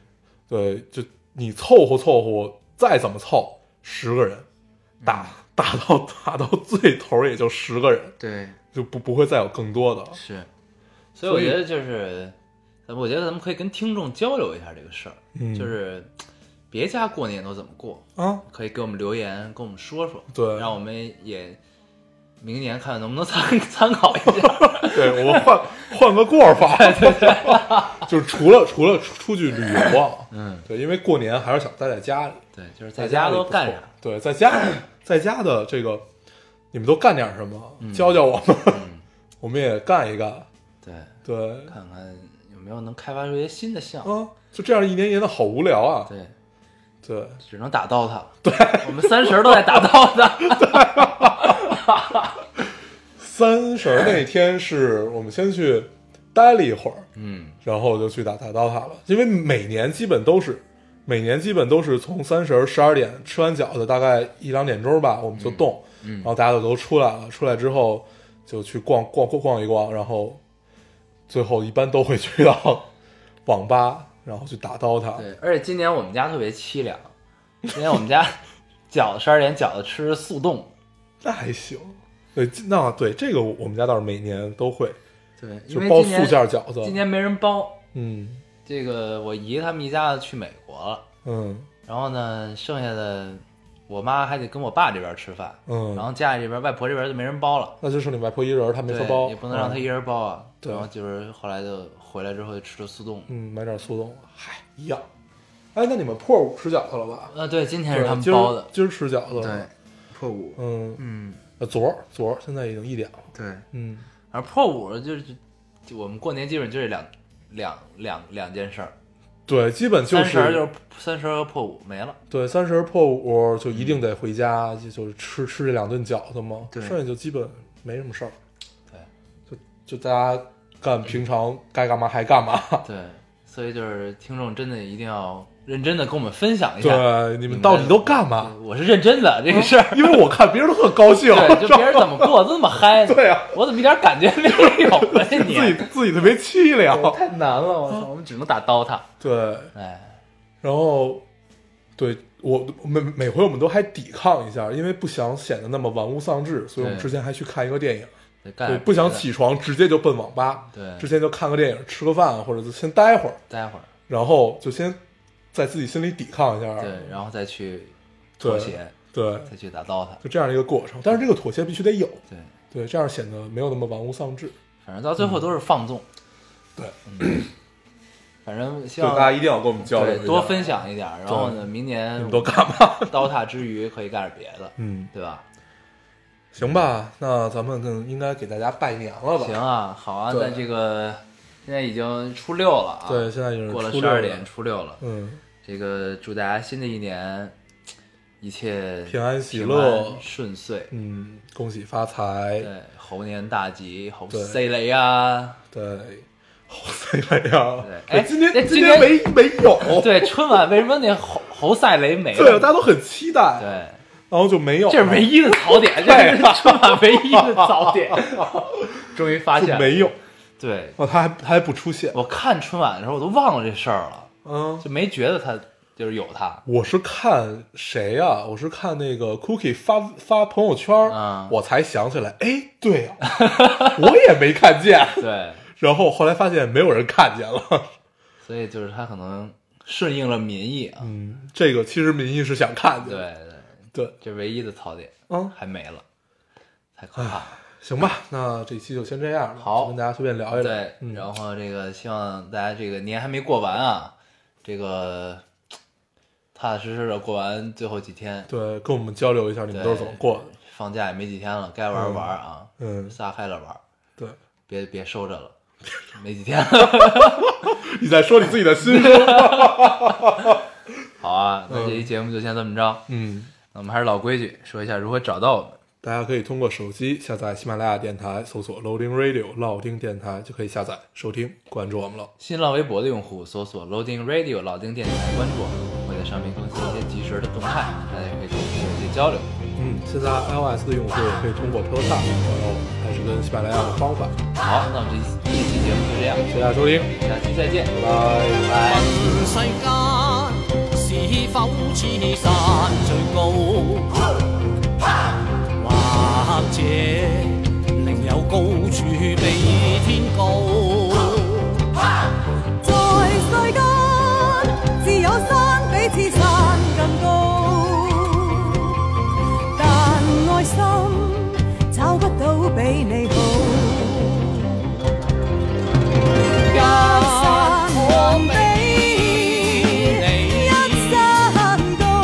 Speaker 2: 对，就你凑合凑合，再怎么凑，十个人，
Speaker 3: 嗯
Speaker 2: 打 打到打到最头儿也就十个人，
Speaker 3: 对，
Speaker 2: 就不不会再有更多的了。
Speaker 3: 是。所以我
Speaker 2: 所以
Speaker 3: 觉得就是，咱们我觉得咱们可以跟听众交流一下这个事儿，
Speaker 2: 嗯
Speaker 3: 就是别家过年都怎么过，
Speaker 2: 啊，
Speaker 3: 可以给我们留言，跟我们说说，
Speaker 2: 对
Speaker 3: 让我们也明年看看能不能参 参考一下。
Speaker 2: 对我换 换个过法， 就是除了除了出出去旅游啊，
Speaker 3: 嗯，
Speaker 2: 对，因为过年还是想待在家里，
Speaker 3: 对，就是
Speaker 2: 在
Speaker 3: 在家
Speaker 2: 里
Speaker 3: 都
Speaker 2: 不
Speaker 3: 干
Speaker 2: 错
Speaker 3: 啥？？
Speaker 2: 对，在家在家的这个，你们都干点什么？
Speaker 3: 嗯
Speaker 2: 教教我们， 我们也干一干。
Speaker 3: 对，
Speaker 2: 对，
Speaker 3: 看看有没有能开发出一些新的项目。
Speaker 2: 啊，就这样一年一年的好无聊啊。
Speaker 3: 对，
Speaker 2: 对，
Speaker 3: 只能打到他。对，我们三十儿都在打到他。
Speaker 2: 三十儿那天是我们先去待了一会儿，
Speaker 3: 嗯，
Speaker 2: 然后就去打打 DOTA 了，因为每年基本都是，每年基本都是从三十十二点吃完饺子，大概一两点钟吧，我们就动，
Speaker 3: 嗯
Speaker 2: 然后大家就都出来了，出来之后就去逛逛逛逛一逛，然后最后一般都会去到网吧，然后去打 DOTA，
Speaker 3: 对，而且今年我们家特别凄凉，今年我们家 饺子十二点饺子吃速冻。
Speaker 2: 那还行。对，那对这个我们家倒是每年都会，
Speaker 3: 对，因
Speaker 2: 就
Speaker 3: 为
Speaker 2: 包
Speaker 3: 今
Speaker 2: 四
Speaker 3: 年
Speaker 2: 件饺子。
Speaker 3: 今年没人包，
Speaker 2: 嗯
Speaker 3: 这个我姨他们一家子去美国了，
Speaker 2: 嗯
Speaker 3: 然后呢，剩下的我妈还得跟我爸这边吃饭，然
Speaker 2: 嗯，
Speaker 3: 后家里这边外婆这边就没人包了。
Speaker 2: 那就剩你外婆一人，她没法
Speaker 3: 对
Speaker 2: 包，
Speaker 3: 也不能让她
Speaker 2: 嗯
Speaker 3: 一人包啊。
Speaker 2: 对
Speaker 3: 然后就是后来就回来之后就吃了速冻。
Speaker 2: 嗯，买点速冻，嗨，一样。哎，那你们破五吃饺子了吧？
Speaker 3: 啊，对，今天是
Speaker 2: 对
Speaker 3: 他们
Speaker 2: 今儿
Speaker 3: 包的。
Speaker 2: 今儿吃饺子。
Speaker 3: 对，，破五。
Speaker 2: 嗯，
Speaker 3: 嗯，
Speaker 2: 呃昨儿昨儿现在已经一点了。
Speaker 3: 对。
Speaker 2: 嗯，
Speaker 3: 而破五就是就我们过年基本就这两两两两件事儿，
Speaker 2: 对，基本就
Speaker 3: 三十儿就是是三十儿和破五没了。
Speaker 2: 对三十破五就一定得回家，就就是吃吃这两顿饺子嘛。
Speaker 3: 对
Speaker 2: 剩下就基本没什么事儿。
Speaker 3: 对，
Speaker 2: 就就大家干平常该干嘛还干嘛。
Speaker 3: 对，所以就是听众真的一定要认真的跟我们分享一下，
Speaker 2: 对，你们到底都干嘛？
Speaker 3: 对我是认真的这个事儿。
Speaker 2: 因为我看别人都特高兴，
Speaker 3: 对，
Speaker 2: 是
Speaker 3: 就
Speaker 2: 吧
Speaker 3: 别人怎么过得这么嗨呢？
Speaker 2: 对啊
Speaker 3: 我怎么一点感觉没有啊？这
Speaker 2: 自己
Speaker 3: 年
Speaker 2: 自己特别凄凉。
Speaker 3: 太难了，我操，我们只能打 DOTA。
Speaker 2: 对，
Speaker 3: 哎，
Speaker 2: 然后，对我每每回我们都还抵抗一下，因为不想显得那么玩物丧志，所以我们
Speaker 3: 对
Speaker 2: 之前还去看一个电影，
Speaker 3: 得干
Speaker 2: 对，
Speaker 3: 点
Speaker 2: 不想
Speaker 3: 别的
Speaker 2: 起床直接就奔网吧，
Speaker 3: 对
Speaker 2: 之前就看个电影、吃个饭，啊或者就先待会儿，
Speaker 3: 待会儿，
Speaker 2: 然后就先在自己心里抵抗一下，
Speaker 3: 对，然后再去
Speaker 2: 对
Speaker 3: 妥协，
Speaker 2: 对，
Speaker 3: 再去打糟蹋，
Speaker 2: 就这样一个过程。但是这个妥协必须得有，
Speaker 3: 对，
Speaker 2: 对，这样显得没有那么玩物丧志。
Speaker 3: 反正到最后都是放纵，
Speaker 2: 嗯
Speaker 3: 嗯
Speaker 2: 对，
Speaker 3: 反正希
Speaker 4: 对，大家
Speaker 3: 望
Speaker 4: 一定要跟我们交流一
Speaker 3: 对
Speaker 4: 下
Speaker 3: 多分享一点儿，然后呢，明
Speaker 2: 你
Speaker 3: 年
Speaker 2: 们都干嘛？
Speaker 3: 刀塔之余可以干点别的，
Speaker 2: 嗯，
Speaker 3: 对吧？
Speaker 2: 行吧，那咱们更应该给大家拜年了吧？
Speaker 3: 行啊，好啊，
Speaker 2: 对
Speaker 3: 那这个现在已经初六了啊，
Speaker 2: 对，现在已经是
Speaker 3: 过了
Speaker 2: 初
Speaker 3: 十
Speaker 2: 六
Speaker 3: 二点，，初六了，
Speaker 2: 嗯，
Speaker 3: 这个祝大家新的一年一切
Speaker 2: 平安喜
Speaker 3: 平
Speaker 2: 乐
Speaker 3: 安顺遂，
Speaker 2: 嗯，恭喜发财，
Speaker 3: 对，猴年大吉，猴
Speaker 2: 对
Speaker 3: 塞雷啊！
Speaker 2: 对，好 塞雷呀！
Speaker 3: 对哎
Speaker 2: 今天
Speaker 3: 那
Speaker 2: 今
Speaker 3: 今天
Speaker 2: 没没有，
Speaker 3: 对，春晚为什么那猴猴赛雷没
Speaker 2: 哦对，
Speaker 3: 了？
Speaker 2: 大家都很期待，
Speaker 3: 对，
Speaker 2: 然后就没有，
Speaker 3: 这是唯一的槽点，这是春晚唯一的槽 点。终于发
Speaker 2: 就
Speaker 3: 现，
Speaker 2: 没有，
Speaker 3: 对，
Speaker 2: 哦，他还他还不出现，
Speaker 3: 我看春晚的时候我都忘了这事儿了，
Speaker 2: 嗯，
Speaker 3: 就没觉得他就是有他。
Speaker 2: 我是看谁呀、我是看那个 Cookie 发发朋友圈儿，
Speaker 3: 嗯
Speaker 2: 我才想起来，哎，对啊，我也没看见，
Speaker 3: 对，
Speaker 2: 然后后来发现没有人看见了，
Speaker 3: 所以就是他可能顺应了民意啊。
Speaker 2: 嗯，这个其实民意是想看见
Speaker 3: 对
Speaker 2: 的，
Speaker 3: 对，
Speaker 2: 对对，
Speaker 3: 这唯一的槽点
Speaker 2: 嗯，哎
Speaker 3: 还没了，太可怕了。
Speaker 2: 行吧，那这期就先这样了，
Speaker 3: 好
Speaker 2: 就跟大家随便聊一聊，
Speaker 3: 对，
Speaker 2: 嗯，
Speaker 3: 然后这个希望大家这个年还没过完啊，这个踏踏实实的过完最后几天，
Speaker 2: 对，跟我们交流一下你们都是怎么过的，
Speaker 3: 放假也没几天了，该玩儿玩儿啊，
Speaker 2: 嗯，
Speaker 3: 撒开了玩儿，
Speaker 2: 对，
Speaker 3: 别别收着 了，没几天了。
Speaker 2: 你在说你自己的心 声，
Speaker 3: 好啊，那这期节目就先这么着。
Speaker 2: 嗯。
Speaker 3: 那我们还是老规矩，说一下如何找到我们。
Speaker 2: 大家可以通过手机下载喜马拉雅电台，搜索 Loading Radio 老丁电台就可以下载收听，关注我们了。
Speaker 3: 新浪微博的用户搜索 Loading Radio 老丁电台，关注我们，会在上面更新一些及时的动态，大家也可以跟我们有一些交流。
Speaker 2: 嗯，现在 iOS 的用户也可以通过 p o d c a s 然后还是跟喜马拉雅的方法。
Speaker 3: 好，那我们这期这期节目就这样，
Speaker 2: 谢谢大家收听，
Speaker 3: 下期再见，
Speaker 2: 拜拜。
Speaker 3: 拜拜。
Speaker 5: 世間是否似山最高？或者另有高處比天高？
Speaker 6: 在世間，自有山比此山更高。但愛心找不到比你好。一山望比一山高，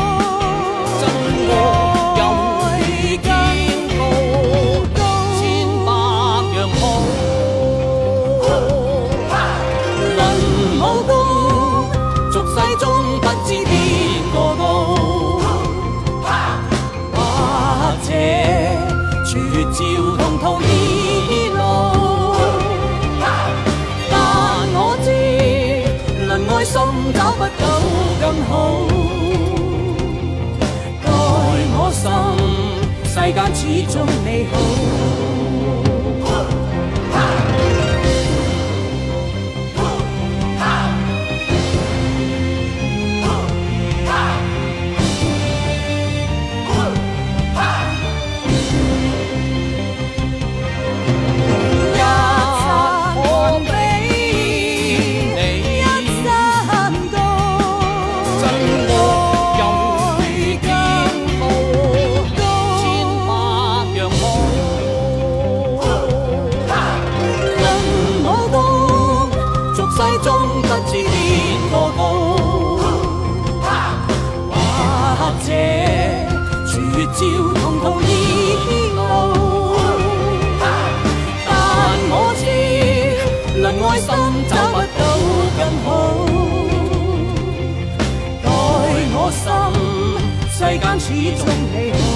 Speaker 5: 真愛有比天高，千百樣好。論武功，俗世中不知邊個高。或者處照同途異路。但我知，能愛心找不到更好。待我心，世間始終你好。一山望比你
Speaker 6: 一山高。
Speaker 5: 真我有比天高，千百樣好。論武功，俗世中不知邊個高，或者處照同途異路。但我知，能愛心找不到更好。待我心，世間始終你好。